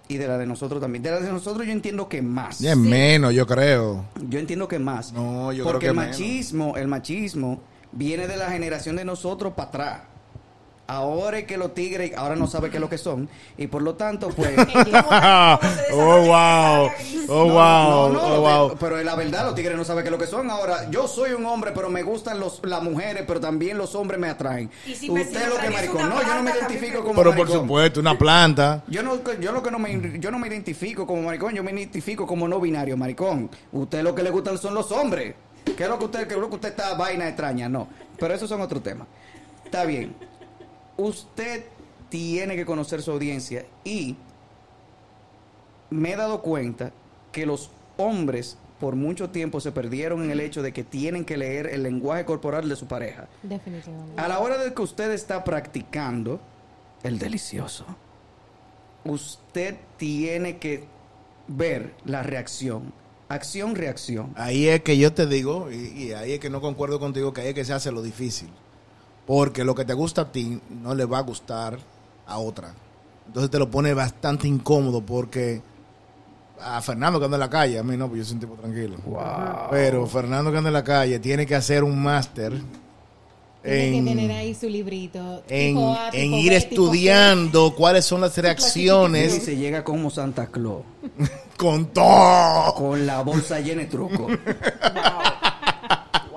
Speaker 2: Y de la de nosotros también. De la de nosotros yo entiendo que más.
Speaker 1: Ya es menos, yo creo.
Speaker 2: Yo entiendo que más.
Speaker 1: No, yo creo
Speaker 2: Porque
Speaker 1: que
Speaker 2: el
Speaker 1: menos.
Speaker 2: machismo, el machismo viene de la generación de nosotros para atrás. Ahora es que los tigres ahora no saben qué es lo que son y por lo tanto pues
Speaker 1: oh, wow. Oh,
Speaker 2: No,
Speaker 1: wow.
Speaker 2: no, no,
Speaker 1: oh,
Speaker 2: lo
Speaker 1: wow.
Speaker 2: te- Pero es la verdad, los tigres no saben qué es lo que son. Ahora, yo soy un hombre, pero me gustan los, las mujeres, pero también los hombres me atraen.
Speaker 5: Y si me- si me
Speaker 2: lo que
Speaker 5: atraviesa
Speaker 2: maricón.
Speaker 5: una
Speaker 2: No, yo no me
Speaker 5: planta,
Speaker 2: identifico
Speaker 5: también me
Speaker 2: como
Speaker 1: Pero por
Speaker 2: maricón.
Speaker 1: supuesto, una planta.
Speaker 2: Yo no, yo lo que no me, yo no me identifico como maricón, yo me identifico como no binario, maricón. Usted lo que le gustan son los hombres. ¿Qué es lo que usted, qué es lo que usted está vaina extraña? No. Pero esos son otros temas. Está bien. Usted tiene que conocer su audiencia y me he dado cuenta que los hombres por mucho tiempo se perdieron en el hecho de que tienen que leer el lenguaje corporal de su pareja.
Speaker 3: Definitivamente.
Speaker 2: A la hora de que usted está practicando el delicioso, usted tiene que ver la reacción, acción, reacción.
Speaker 1: Ahí es que yo te digo, y, y ahí es que no concuerdo contigo, que ahí es que se hace lo difícil. Porque lo que te gusta a ti no le va a gustar a otra. Entonces te lo pone bastante incómodo porque a Fernando que anda en la calle, a mí no, pues yo soy un tipo tranquilo. Pero Fernando que anda en la calle tiene que hacer un máster
Speaker 3: Tiene
Speaker 1: en-
Speaker 3: que tener ahí su librito.
Speaker 1: en,
Speaker 3: tipo A,
Speaker 1: en
Speaker 3: tipo
Speaker 1: ir
Speaker 3: B, tipo C.
Speaker 1: estudiando cuáles son las
Speaker 2: Y
Speaker 1: reacciones
Speaker 2: se llega como Santa Claus,
Speaker 1: con todo.
Speaker 2: con la bolsa llena de truco.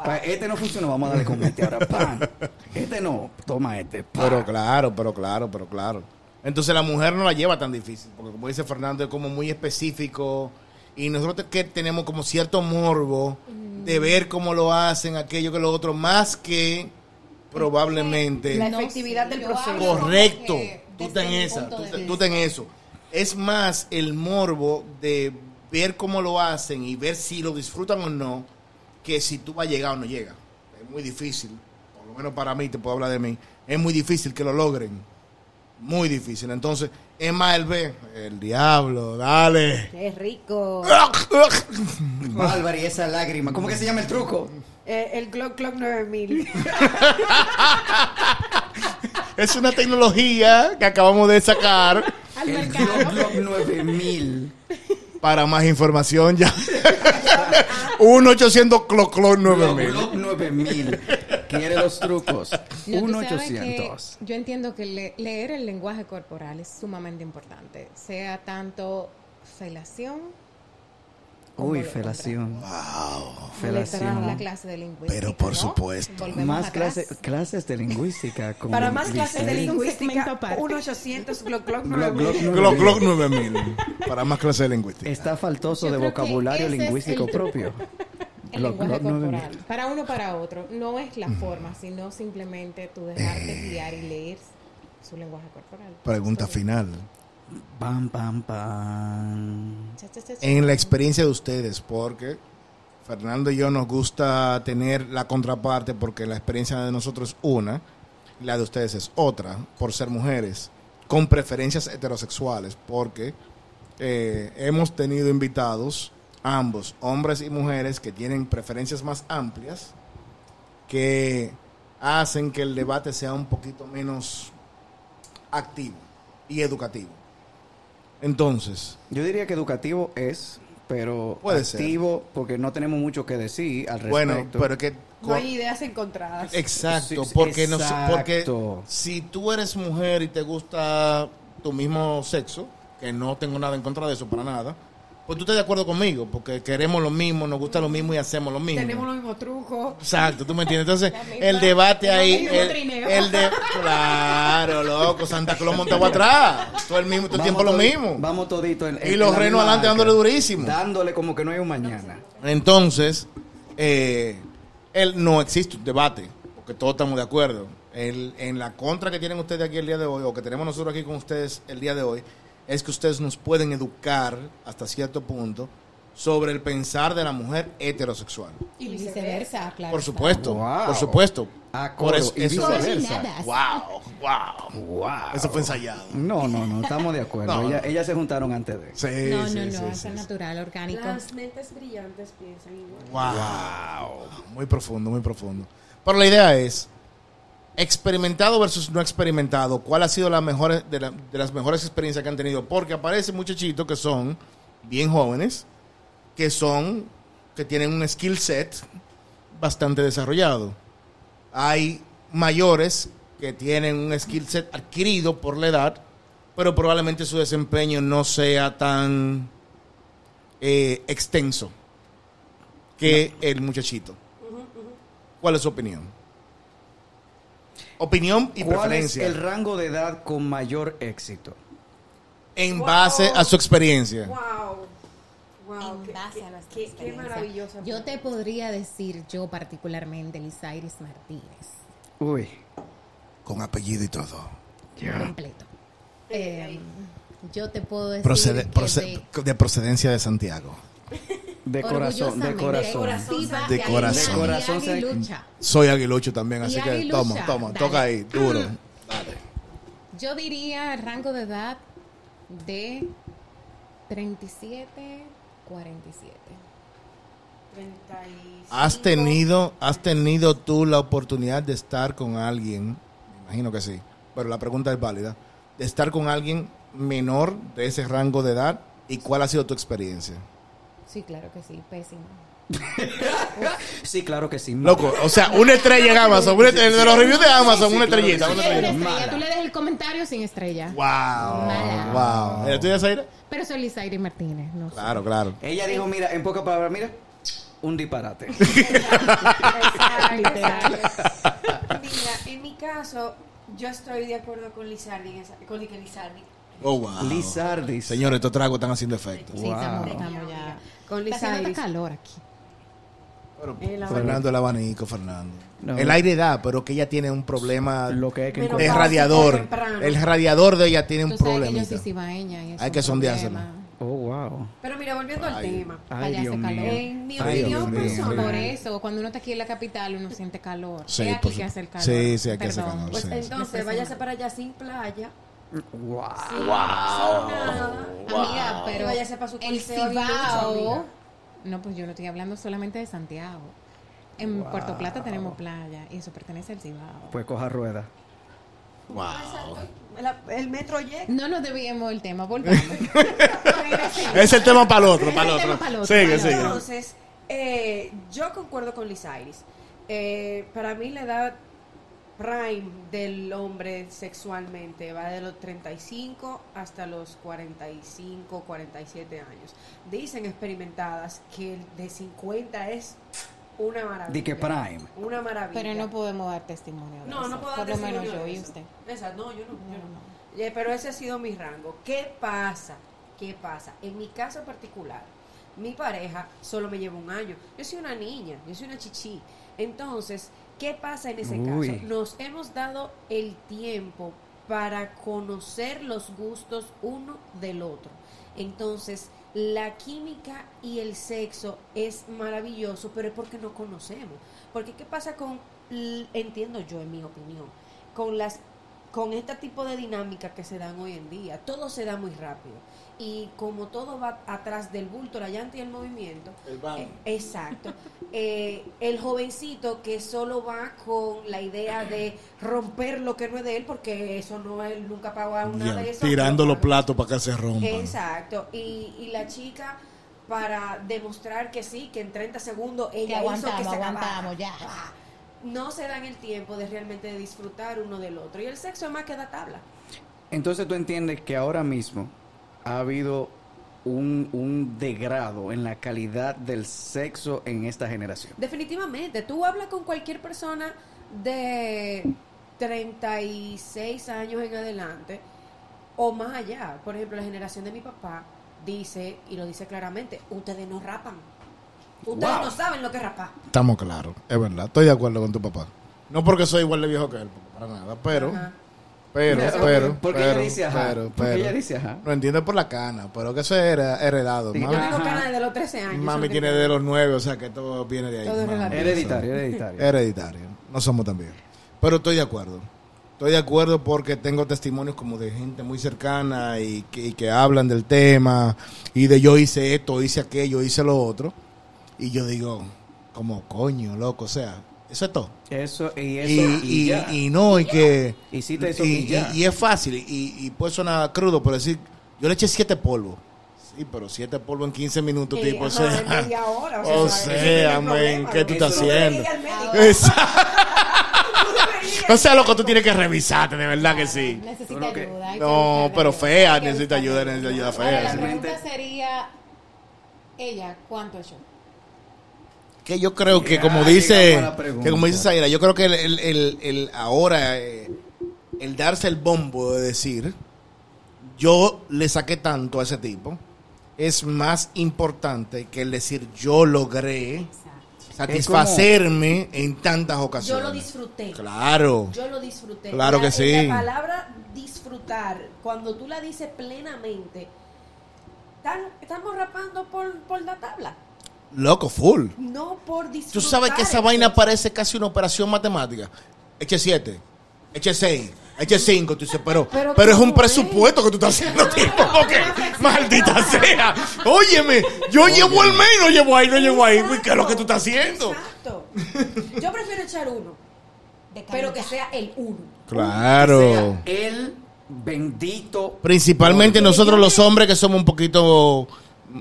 Speaker 2: Pa, Este no funcionó, vamos a darle con este ahora. pan. Este no, toma este. pa.
Speaker 1: Pero claro, pero claro, pero claro. Entonces la mujer no la lleva tan difícil, porque como dice Fernando, es como muy específico. Y nosotros que tenemos como cierto morbo de ver cómo lo hacen, aquello que lo otro, más que probablemente...
Speaker 4: La efectividad del
Speaker 3: yo hablo
Speaker 4: proceso.
Speaker 3: como
Speaker 1: Correcto.
Speaker 3: que
Speaker 1: Tú
Speaker 3: desde
Speaker 1: estás en
Speaker 3: mi
Speaker 1: esa.
Speaker 3: punto
Speaker 1: Tú,
Speaker 3: de
Speaker 1: estás-
Speaker 3: vista.
Speaker 1: tú estás en eso. Es más el morbo de ver cómo lo hacen y ver si lo disfrutan o no, que si tú vas a llegar o no llega. Es muy difícil. Por lo menos para mí, te puedo hablar de mí. Es muy difícil que lo logren. Muy difícil. Entonces, es más el ver. El diablo, dale.
Speaker 4: Qué rico.
Speaker 2: Bárbara y esa lágrima. ¿Cómo que se llama el truco?
Speaker 4: Eh, el Glock Clock 9000.
Speaker 1: Es una tecnología que acabamos de sacar.
Speaker 3: Al
Speaker 2: el
Speaker 3: mercado.
Speaker 2: Glock Glock 9000.
Speaker 1: Para más información, ya. 1 800 clo clo
Speaker 2: Glock
Speaker 1: 9000
Speaker 2: Glock 9000. Quiere los trucos.
Speaker 3: No, tú
Speaker 2: 1
Speaker 3: sabes que
Speaker 2: 800.
Speaker 3: Yo entiendo que le- leer el lenguaje corporal es sumamente importante, sea tanto felación, como
Speaker 2: Uy,
Speaker 3: lo
Speaker 2: felación. Wow.
Speaker 3: la
Speaker 2: Felación.
Speaker 3: clase de lingüística.
Speaker 1: Pero por
Speaker 3: ¿no?
Speaker 1: supuesto.
Speaker 3: Volvemos
Speaker 2: Más
Speaker 3: atrás.
Speaker 2: clase- clases de lingüística. con
Speaker 4: Para más clases de
Speaker 2: Giselle.
Speaker 3: lingüística. segmento
Speaker 4: lingüística,
Speaker 3: aparte.
Speaker 4: 1-800 Glock Glock
Speaker 2: Glock Glock 9000.
Speaker 4: 9000.
Speaker 1: Glock, Glock 9000. Para más clase de lingüística.
Speaker 2: Está faltoso
Speaker 3: Yo
Speaker 2: de
Speaker 3: creo que
Speaker 2: vocabulario
Speaker 3: ese es
Speaker 2: lingüístico
Speaker 3: el truco.
Speaker 2: propio.
Speaker 3: El
Speaker 2: Glock
Speaker 3: lenguaje
Speaker 2: Glock 9000.
Speaker 3: corporal. Para uno, para otro. No es la forma, sino simplemente tú dejarte guiar y leer su lenguaje corporal.
Speaker 1: Eh. Pregunta
Speaker 3: Entonces,
Speaker 1: final.
Speaker 2: Pam, pam, pam.
Speaker 3: cha, cha, cha, cha.
Speaker 1: En la experiencia de ustedes, porque Fernando y yo nos gusta tener la contraparte porque la experiencia de nosotros es una, la de ustedes es otra, por ser mujeres, con preferencias heterosexuales, porque eh, hemos tenido invitados, ambos, hombres y mujeres, que tienen preferencias más amplias, que hacen que el debate sea un poquito menos activo y educativo. Entonces,
Speaker 2: Yo diría que educativo es, pero
Speaker 1: Puede ser.
Speaker 2: activo porque no tenemos mucho que decir al respecto.
Speaker 1: Bueno, pero que...
Speaker 4: No hay ideas encontradas.
Speaker 1: Exacto,
Speaker 2: Sí, sí,
Speaker 1: porque, no-
Speaker 2: exacto.
Speaker 1: porque si tú eres mujer y te gusta tu mismo sexo, que no tengo nada en contra de eso para nada, pues tú estás de acuerdo conmigo, porque queremos lo mismo, nos gusta lo mismo y hacemos lo mismo.
Speaker 4: Tenemos los mismos trucos.
Speaker 1: Exacto, tú me entiendes. Entonces,
Speaker 3: La misma-
Speaker 1: el debate
Speaker 3: el
Speaker 1: ahí.
Speaker 3: mismo
Speaker 1: El,
Speaker 3: trineo.
Speaker 1: el de. Claro, loco, Santa Claus montado atrás. Todo el mismo, todo el
Speaker 2: Vamos
Speaker 1: tiempo lo
Speaker 2: todi-
Speaker 1: mismo.
Speaker 2: Vamos todito. en-
Speaker 1: Y
Speaker 2: en
Speaker 1: los
Speaker 2: la
Speaker 1: renos
Speaker 2: misma
Speaker 1: adelante
Speaker 2: arca,
Speaker 1: dándole durísimo.
Speaker 2: Dándole como que no hay un mañana.
Speaker 1: Entonces, eh, él no existe un debate. porque porque todos estamos de acuerdo. El- en la contra que tienen ustedes aquí el día de hoy, o que tenemos nosotros aquí con ustedes el día de hoy, es que ustedes nos pueden educar hasta cierto punto sobre el pensar de la mujer heterosexual.
Speaker 3: Y viceversa, claro.
Speaker 1: Por supuesto,
Speaker 2: Wow.
Speaker 1: por supuesto.
Speaker 2: A
Speaker 1: Por eso-
Speaker 2: y
Speaker 1: eso-
Speaker 2: viceversa.
Speaker 1: Wow, wow.
Speaker 2: Wow.
Speaker 1: Eso fue ensayado.
Speaker 2: No, no, no, estamos de acuerdo.
Speaker 1: No, no.
Speaker 2: Ella- Ellas se juntaron antes de.
Speaker 1: Sí,
Speaker 3: No, no,
Speaker 1: sí,
Speaker 3: no,
Speaker 1: sí,
Speaker 3: eso
Speaker 1: sí,
Speaker 3: es
Speaker 1: sí.
Speaker 3: natural, orgánico.
Speaker 4: Las mentes brillantes piensan igual.
Speaker 1: Wow. Muy profundo, muy profundo. Pero la idea es, experimentado versus no experimentado, ¿cuál ha sido la mejor, de, la- de las mejores experiencias que han tenido? Porque aparecen muchachitos que son bien jóvenes, que son, que tienen un skill set bastante desarrollado. Hay mayores que tienen un skill set adquirido por la edad, pero probablemente su desempeño no sea tan eh, extenso que el muchachito. ¿Cuál es su opinión? Opinión y
Speaker 2: ¿Cuál es
Speaker 1: preferencia
Speaker 2: el rango de edad con mayor éxito?
Speaker 1: en base a su experiencia.
Speaker 4: Wow. Wow.
Speaker 3: En
Speaker 4: qué-
Speaker 3: base
Speaker 4: qué-
Speaker 3: a nuestra
Speaker 4: qué- Qué
Speaker 3: experiencia.
Speaker 4: maravillosa.
Speaker 3: Yo te podría decir, yo particularmente, Lisairis Martínez,
Speaker 2: Uy.
Speaker 1: Con apellido y todo.
Speaker 3: completo. Eh, yo te puedo decir
Speaker 1: Procede-
Speaker 3: que
Speaker 1: proced- de procedencia de Santiago.
Speaker 2: De
Speaker 3: de,
Speaker 2: corazón, de
Speaker 3: orgullosamente,
Speaker 2: corazón.
Speaker 3: activa,
Speaker 1: De
Speaker 3: y
Speaker 1: corazón. eh,
Speaker 3: aguerrida
Speaker 2: De corazón
Speaker 3: y
Speaker 2: se-
Speaker 3: lucha.
Speaker 1: Soy aguilucho también, así
Speaker 3: Y
Speaker 1: que
Speaker 3: aguilucha,
Speaker 1: toma, toma,
Speaker 3: dale.
Speaker 1: toca ahí, duro. Dale.
Speaker 3: Yo diría rango de edad de 37, 47.
Speaker 4: 35.
Speaker 1: ¿Has tenido, ¿Has tenido tú la oportunidad de estar con alguien? Me imagino que sí, pero la pregunta es válida. De estar con alguien menor de ese rango de edad y cuál ha sido tu experiencia.
Speaker 3: Sí, claro que sí, pésimo.
Speaker 2: Sí, claro que sí.
Speaker 1: Loco, o sea, una estrella en Amazon, una estrella- de los reviews de Amazon, una estrellita, una
Speaker 3: Tú le das una
Speaker 1: estrellita.
Speaker 3: estrella,
Speaker 2: Mala.
Speaker 3: tú le das el comentario sin estrella. Mala.
Speaker 1: Wow, wow. ¿Eres tú ya, Zaira?
Speaker 3: Pero soy Lisairis Martínez, no sé.
Speaker 1: Claro, claro.
Speaker 2: Ella
Speaker 4: Eh.
Speaker 2: dijo, mira, en pocas palabras, mira, un disparate.
Speaker 4: Exacto. Mira, en mi caso, yo estoy de acuerdo con Lizardi, en esa- con que Lizardi.
Speaker 1: Oh, wow.
Speaker 2: Lizardis.
Speaker 1: Señores, estos tragos están haciendo efecto.
Speaker 3: Sí, estamos,
Speaker 2: Wow.
Speaker 3: estamos ya.
Speaker 4: Con
Speaker 3: Está haciendo
Speaker 4: Lizardi.
Speaker 3: calor aquí.
Speaker 4: El abanico.
Speaker 1: Fernando el abanico, Fernando.
Speaker 2: No.
Speaker 1: El aire da, pero que ella tiene un problema
Speaker 2: Lo que hay que
Speaker 4: Pero
Speaker 1: de
Speaker 2: encontrar.
Speaker 4: pasa
Speaker 1: radiador.
Speaker 4: temprano.
Speaker 1: El radiador de ella tiene un
Speaker 3: Tú sabes que yo
Speaker 1: problemita.
Speaker 3: soy cibaeña y es
Speaker 1: Hay
Speaker 3: un
Speaker 1: que sondeárselo.
Speaker 3: problema.
Speaker 2: Oh, wow.
Speaker 4: Pero mira, volviendo al
Speaker 1: Ay.
Speaker 4: tema.
Speaker 2: Ay,
Speaker 3: Allá
Speaker 2: Dios
Speaker 3: hace calor.
Speaker 2: mío.
Speaker 4: En mi
Speaker 2: Ay,
Speaker 4: opinión
Speaker 1: Dios mío.
Speaker 3: Por
Speaker 4: personal,
Speaker 3: eso, cuando uno está aquí en la capital, uno siente calor.
Speaker 1: Sí,
Speaker 3: Es aquí
Speaker 1: por
Speaker 3: que
Speaker 1: su-
Speaker 3: hace el calor.
Speaker 1: sí, sí, aquí hace
Speaker 3: Perdón.
Speaker 1: calor,
Speaker 4: pues
Speaker 1: Sí, sí.
Speaker 4: entonces váyase para allá sin playa.
Speaker 2: Wow.
Speaker 3: Ah,
Speaker 4: sin nada.
Speaker 3: Amiga, pero
Speaker 4: váyase pa' su
Speaker 3: el
Speaker 4: coliseo a vivir mucho,
Speaker 3: Cibao...
Speaker 4: amiga.
Speaker 3: No, pues yo no estoy hablando solamente de Santiago. En Puerto Plata tenemos playa y eso pertenece al Cibao.
Speaker 2: Pues coja rueda.
Speaker 4: La- el metro llega.
Speaker 3: No nos debíamos el tema, volvamos. Regresemos.
Speaker 1: Es el tema para el otro,
Speaker 3: Es
Speaker 1: para
Speaker 3: el
Speaker 1: el
Speaker 3: tema
Speaker 1: otro.
Speaker 3: pa'l otro,
Speaker 1: Sigue,
Speaker 3: pa'l
Speaker 1: sigue.
Speaker 3: otro.
Speaker 4: Entonces, eh, yo concuerdo con Liz Iris. Eh, para mí la edad prime del hombre sexualmente va de los 35 hasta los 45, 47 años. Dicen experimentadas que el de 50 es una maravilla.
Speaker 2: Di que prime.
Speaker 4: Una maravilla.
Speaker 3: Pero no podemos dar testimonio. de
Speaker 5: No,
Speaker 3: eso.
Speaker 5: no puedo
Speaker 3: Por
Speaker 5: dar
Speaker 3: lo menos
Speaker 5: testimonio
Speaker 3: yo
Speaker 5: de
Speaker 3: y
Speaker 5: eso.
Speaker 3: usted.
Speaker 5: Esa, no, yo no, yo no.
Speaker 4: Eh, Pero ese ha sido mi rango. ¿Qué pasa? ¿Qué pasa? En mi caso particular, mi pareja solo me lleva un año. Yo soy una niña, yo soy una chichi. Entonces, ¿qué pasa en ese
Speaker 2: Uy.
Speaker 4: caso? Nos hemos dado el tiempo para conocer los gustos uno del otro. Entonces, la química y el sexo es maravilloso, pero es porque no conocemos. Porque ¿qué pasa con, l- entiendo yo en mi opinión, con las con este tipo de dinámicas que se dan hoy en día? Todo se da muy rápido. Y como todo va atrás del bulto, la llanta y el movimiento, eh, Exacto. Eh, el jovencito que solo va con la idea de romper lo que no es de él, porque eso no es, nunca paga una
Speaker 1: Ya,
Speaker 4: de esas.
Speaker 1: Tirando los
Speaker 4: Pero-
Speaker 1: platos para que se rompan.
Speaker 4: Exacto. Y, y la chica para demostrar que sí, que en 30 segundos
Speaker 3: Que
Speaker 4: ella hizo
Speaker 3: aguantamos,
Speaker 4: que se acabara. Ah,
Speaker 3: aguantamos, ya.
Speaker 4: No se dan el tiempo de realmente disfrutar uno del otro. Y el sexo es más que da tabla.
Speaker 2: Entonces tú entiendes que ahora mismo ha habido un, un degrado en la calidad del sexo en esta generación.
Speaker 4: Definitivamente, tú hablas con cualquier persona de 36 años en adelante o más allá. Por ejemplo, la generación de mi papá dice, y lo dice claramente, ustedes no rapan. Ustedes
Speaker 2: Wow.
Speaker 4: no saben lo que es rapar.
Speaker 1: Estamos claros, es verdad. Estoy de acuerdo con tu papá. No porque soy igual de viejo que él, para nada, pero.
Speaker 4: Ajá.
Speaker 1: Pero,
Speaker 2: Pero,
Speaker 1: pero.
Speaker 2: ¿por qué
Speaker 1: pero,
Speaker 2: ella dice ajá?
Speaker 1: Pero,
Speaker 2: ¿Por qué
Speaker 1: pero.
Speaker 2: ella dice ajá?
Speaker 1: Lo entiendo por la cana, pero que eso era heredado.
Speaker 2: Sí,
Speaker 4: Yo
Speaker 1: Mami,
Speaker 2: Ajá.
Speaker 4: tengo cara desde los 13 años.
Speaker 1: mami
Speaker 4: eso
Speaker 1: tiene
Speaker 4: que-
Speaker 1: de los nueve, o sea que todo viene de ahí.
Speaker 4: Todo es
Speaker 1: mami,
Speaker 4: relativo.
Speaker 2: Hereditario,
Speaker 1: eso.
Speaker 2: hereditario.
Speaker 1: Hereditario. No somos tan viejos. Pero estoy de acuerdo. Estoy de acuerdo porque tengo testimonios como de gente muy cercana y que, y que hablan del tema y de yo hice esto, hice aquello, hice lo otro. Y yo digo, como coño, loco, o sea, eso es todo.
Speaker 2: Eso, y eso,
Speaker 1: Y,
Speaker 2: y,
Speaker 1: y-
Speaker 2: ya.
Speaker 1: y no, y que...
Speaker 2: Hiciste eso
Speaker 1: y,
Speaker 2: y ya.
Speaker 1: y- y es fácil, y, y puede sonar crudo, pero decir, yo le eché siete polvos. Sí, pero siete polvos en 15 minutos,
Speaker 4: que-
Speaker 1: tipo, o
Speaker 4: ajá,
Speaker 1: sea,
Speaker 4: en media hora,
Speaker 1: o
Speaker 4: eso no
Speaker 1: sea,
Speaker 4: tiene
Speaker 1: men,
Speaker 4: problema,
Speaker 1: ¿qué tú
Speaker 4: ¿no?
Speaker 1: estás
Speaker 4: Tú deberías ir
Speaker 1: haciendo?
Speaker 4: al médico.
Speaker 1: Exacto.
Speaker 4: Tú deberías
Speaker 1: O sea, loco, tú tienes que revisarte, de verdad que sí.
Speaker 3: Necesita
Speaker 2: Solo que-
Speaker 3: ayuda. hay que
Speaker 1: No,
Speaker 3: buscar
Speaker 1: pero
Speaker 3: ayuda,
Speaker 1: fea,
Speaker 3: hay que
Speaker 1: necesita
Speaker 3: buscar
Speaker 1: ayuda, necesita ayuda
Speaker 3: Ahora, la
Speaker 1: fea. sí.
Speaker 3: pregunta sería, ella, ¿cuánto echó?
Speaker 1: Que yo creo que, como
Speaker 2: Ya,
Speaker 1: dice,
Speaker 2: llegamos a la pregunta.
Speaker 1: que como dice Zaira, yo creo que el, el- el- el ahora, eh, el darse el bombo de decir, yo le saqué tanto a ese tipo, es más importante que el decir, yo logré satisfacerme en tantas
Speaker 5: Yo
Speaker 1: ocasiones.
Speaker 5: lo disfruté.
Speaker 1: Claro.
Speaker 5: Yo lo disfruté.
Speaker 1: Claro
Speaker 5: La-
Speaker 1: que sí.
Speaker 5: La palabra disfrutar, cuando tú la dices plenamente, tan- estamos rapando por, por la tabla,
Speaker 1: Loco, full.
Speaker 5: no por disfrutar.
Speaker 1: Tú sabes que esa
Speaker 5: eso.
Speaker 1: vaina parece casi una operación matemática. Eche 7, eche 6, eche 5. Tú dices, pero, pero,
Speaker 4: Pero
Speaker 1: es un
Speaker 4: ¿cómo es?
Speaker 1: presupuesto que tú estás haciendo, tipo, porque maldita sea. Óyeme, yo llevo el mail, no llevo ahí, no llevo ahí. Uy, ¿Qué es lo que tú estás haciendo?
Speaker 5: Exacto. Yo prefiero echar uno,
Speaker 3: De calidad.
Speaker 5: pero que sea el uno.
Speaker 1: Claro.
Speaker 2: El bendito.
Speaker 1: Principalmente nosotros los hombres que somos un poquito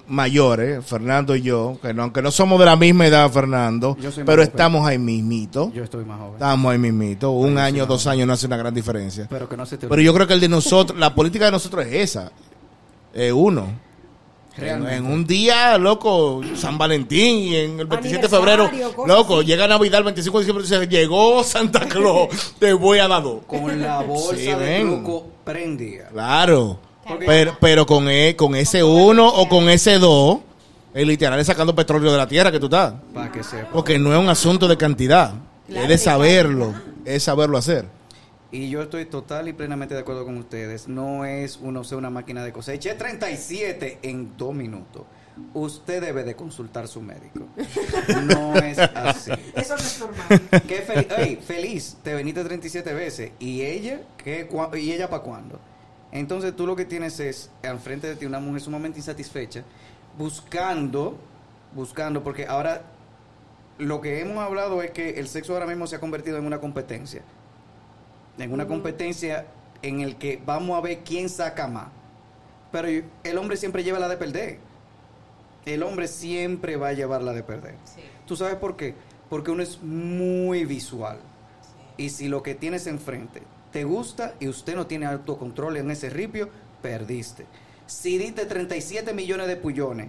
Speaker 1: mayores, Fernando y yo, que no, aunque no somos de la misma edad, Fernando,
Speaker 2: Yo soy más
Speaker 1: pero
Speaker 2: joven.
Speaker 1: estamos ahí mismito.
Speaker 2: Yo estoy más joven.
Speaker 1: Estamos ahí mismito. Un
Speaker 2: Ahí sí,
Speaker 1: año,
Speaker 2: más
Speaker 1: dos
Speaker 2: joven.
Speaker 1: años no hace una gran diferencia.
Speaker 2: Pero que no se te
Speaker 1: Pero yo creo que el de nosotros, la política de nosotros es esa. Eh, uno. En,
Speaker 2: Realmente.
Speaker 1: en un día, loco, San Valentín y en el 27 de febrero,
Speaker 4: Aniversario, cosas
Speaker 1: loco, llega Navidad el 25 de diciembre y dice, llegó Santa Claus, te voy a dar dos.
Speaker 2: Con la bolsa
Speaker 1: Sí,
Speaker 2: de
Speaker 1: ven.
Speaker 2: truco prendida.
Speaker 1: Claro.
Speaker 3: Porque-
Speaker 1: Pero, pero con, e- con ese uno o con ese dos, el literal es sacando petróleo de la tierra que tú estás.
Speaker 2: Para que sepa.
Speaker 1: Porque no es un asunto de cantidad, es de saberlo, es saberlo hacer.
Speaker 2: Y yo estoy total y plenamente de acuerdo con ustedes. No es uno sea una máquina de coser. Eché 37 en dos minutos. Usted debe de consultar su médico. No es así.
Speaker 4: Eso no es normal.
Speaker 2: Qué fel- ey, feliz, te veniste 37 veces. ¿Y ella? ¿Qué, cua- ¿Y ella para cuándo? Entonces tú lo que tienes es, al frente de ti, una mujer sumamente insatisfecha, buscando, buscando, porque ahora lo que hemos hablado es que el sexo ahora mismo se ha convertido en una competencia. En una competencia en el que vamos a ver quién saca más. Pero yo- el hombre siempre lleva la de perder. El hombre siempre va a llevar la de perder. ¿Tú sabes por qué? Porque uno es muy visual. Y si lo que tienes enfrente te gusta y usted no tiene autocontrol en ese ripio, perdiste. Si diste 37 millones de pullones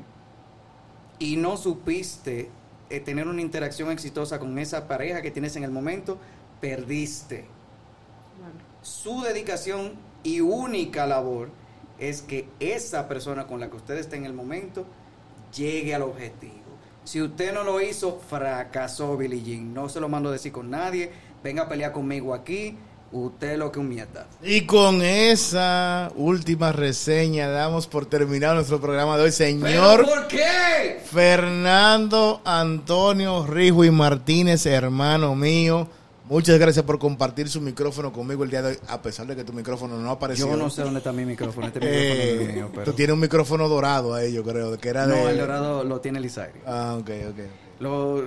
Speaker 2: y no supiste eh, tener una interacción exitosa con esa pareja que tienes en el momento, perdiste. Su dedicación y única labor es que esa persona con la que usted está en el momento llegue al objetivo. Si usted no lo hizo, fracasó Billie Jean. No se lo mando a decir con nadie. Venga a pelear conmigo aquí. Usted lo que un mierda.
Speaker 1: Y con esa última reseña damos por terminado nuestro programa de hoy, señor
Speaker 2: ¿Pero por qué?
Speaker 1: Fernando Antonio Rijo y Martínez, hermano mío. Muchas gracias por compartir su micrófono conmigo el día de hoy, a pesar de que tu micrófono no apareció.
Speaker 2: Yo no sé dónde está mi micrófono. Este
Speaker 1: Eh,
Speaker 2: micrófono es mío, pero...
Speaker 1: Tú tienes un micrófono dorado ahí, yo creo, que era de...
Speaker 2: No, el dorado lo tiene Elisario.
Speaker 1: Ah, ok, ok.
Speaker 2: Lo,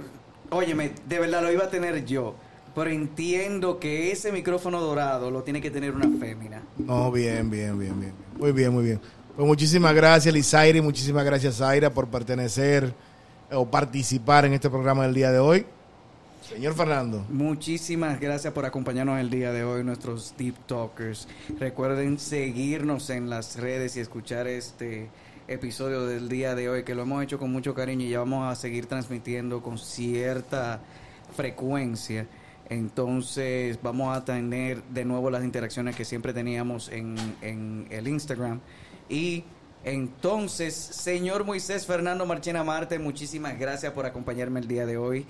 Speaker 2: óyeme, de verdad lo iba a tener yo. Pero entiendo que ese micrófono dorado lo tiene que tener una fémina.
Speaker 1: No, bien, bien, bien, bien. Muy bien, muy bien. Pues muchísimas gracias, Lizaira, y muchísimas gracias, Zaira, por pertenecer eh, o participar en este programa del día de hoy. Señor Fernando.
Speaker 2: Muchísimas gracias por acompañarnos el día de hoy, nuestros Deep Talkers. Recuerden seguirnos en las redes y escuchar este episodio del día de hoy, que lo hemos hecho con mucho cariño y ya vamos a seguir transmitiendo con cierta frecuencia. Entonces vamos a tener de nuevo las interacciones que siempre teníamos en, en el Instagram. Y entonces, señor Moisés Fernando Marchena Marte, muchísimas gracias por acompañarme el día de hoy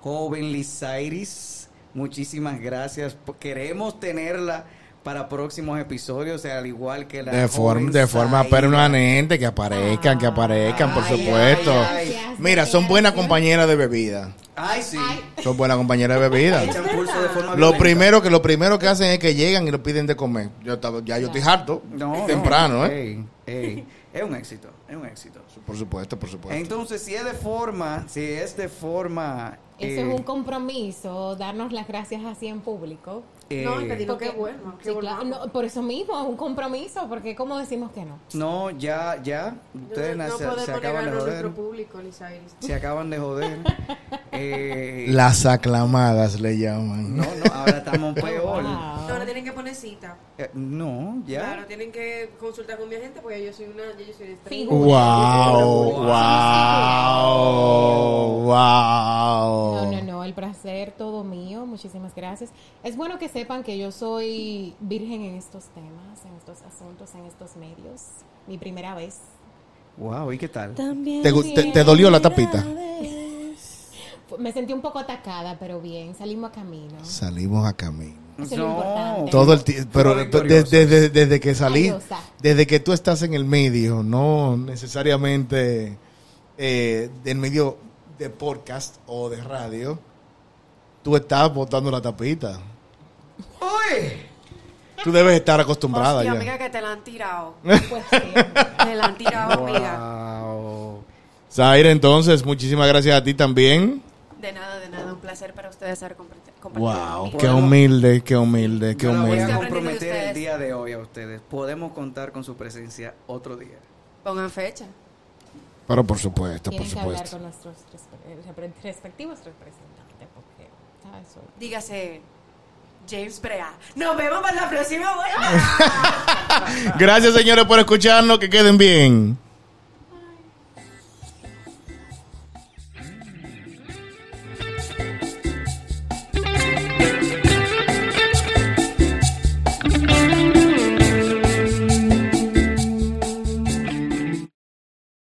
Speaker 2: joven Lisairis, Muchísimas gracias. P- Queremos tenerla para próximos episodios, o sea, al igual que la
Speaker 1: De forma,
Speaker 2: joven
Speaker 1: de forma
Speaker 2: Zaira.
Speaker 1: permanente, que aparezcan, que aparezcan, por
Speaker 2: Ay,
Speaker 1: supuesto.
Speaker 2: ay, ay.
Speaker 1: Mira, son buenas compañeras de bebida.
Speaker 2: Ay, sí.
Speaker 3: Ay.
Speaker 1: Son buenas compañeras de bebida.
Speaker 2: Echan pulso de forma
Speaker 1: Lo
Speaker 2: violenta.
Speaker 1: primero que lo primero que hacen es que llegan y lo piden de comer. Yo estaba, ya yo estoy harto.
Speaker 2: No, no.
Speaker 1: temprano, ¿eh?
Speaker 2: Ey, ey. Es un éxito, es un éxito.
Speaker 1: Por supuesto, por supuesto.
Speaker 2: Entonces, si es de forma, si es de forma...
Speaker 3: Eso
Speaker 2: eh,
Speaker 3: es un compromiso, darnos las gracias así en público.
Speaker 2: eh,
Speaker 4: No, y pedir- Digo,
Speaker 3: Porque-
Speaker 4: qué bueno, qué
Speaker 3: sí, claro,
Speaker 4: bueno.
Speaker 3: no, por eso mismo, es un compromiso, porque ¿cómo decimos que no?
Speaker 2: No, ya, ya. Ustedes
Speaker 4: no, no
Speaker 2: se- se,
Speaker 4: podemos
Speaker 2: acaban de
Speaker 4: negarnos
Speaker 2: joder.
Speaker 4: nuestro público, Lisairis.
Speaker 2: Se acaban de joder. Eh,
Speaker 1: Las aclamadas le llaman.
Speaker 2: No, no, ahora estamos peor.
Speaker 3: Wow.
Speaker 4: Ahora tienen que poner cita.
Speaker 2: Eh, no, ya.
Speaker 4: Claro, tienen que consultar con mi agente porque yo soy una, yo soy una estrella.
Speaker 3: Figu-
Speaker 1: Wow,
Speaker 3: Sí,
Speaker 1: wow, wow.
Speaker 3: No, no, no, el placer todo mío, muchísimas gracias. Es bueno que sepan que yo soy virgen en estos temas, en estos asuntos, en estos medios. Mi primera vez.
Speaker 2: Wow, ¿y qué tal?
Speaker 1: ¿Te, gu- te- te dolió la tapita?
Speaker 3: Fu- Me sentí un poco atacada, pero bien, salimos a camino.
Speaker 1: Salimos a camino.
Speaker 3: Eso es lo importante.
Speaker 1: Todo el ti- pero desde,
Speaker 2: Todo victorioso.
Speaker 1: desde- desde que salí,
Speaker 3: Valiosa.
Speaker 1: desde que tú estás en el medio, no necesariamente eh, del medio de podcast o de radio, tú estás botando la tapita.
Speaker 2: ¡Uy!
Speaker 1: Tú debes estar acostumbrada
Speaker 4: Hostia,
Speaker 1: ya.
Speaker 4: amiga, que te la han tirado.
Speaker 3: Pues sí.
Speaker 4: Te la han tirado, amiga.
Speaker 2: Wow.
Speaker 1: Zaire, entonces, muchísimas gracias a ti también.
Speaker 5: De nada, de nada. Un placer para ustedes haber compart- compartido.
Speaker 1: Wow,
Speaker 5: conmigo.
Speaker 1: qué humilde, qué humilde, qué
Speaker 2: Yo la voy a
Speaker 1: humilde.
Speaker 5: Estoy aprendiendo de
Speaker 2: comprometer el
Speaker 5: ustedes.
Speaker 2: día de hoy a ustedes. Podemos contar con su presencia otro día.
Speaker 5: Pongan fecha.
Speaker 1: Pero por supuesto, por
Speaker 3: Tienen que hablar
Speaker 1: supuesto.
Speaker 3: con nuestros respe- eh, repre- respectivos representantes, porque ah, ¿sabes? Soy-
Speaker 5: Dígase James Brea. Nos vemos para la próxima.
Speaker 1: Gracias, señores, por escucharnos. Que queden bien.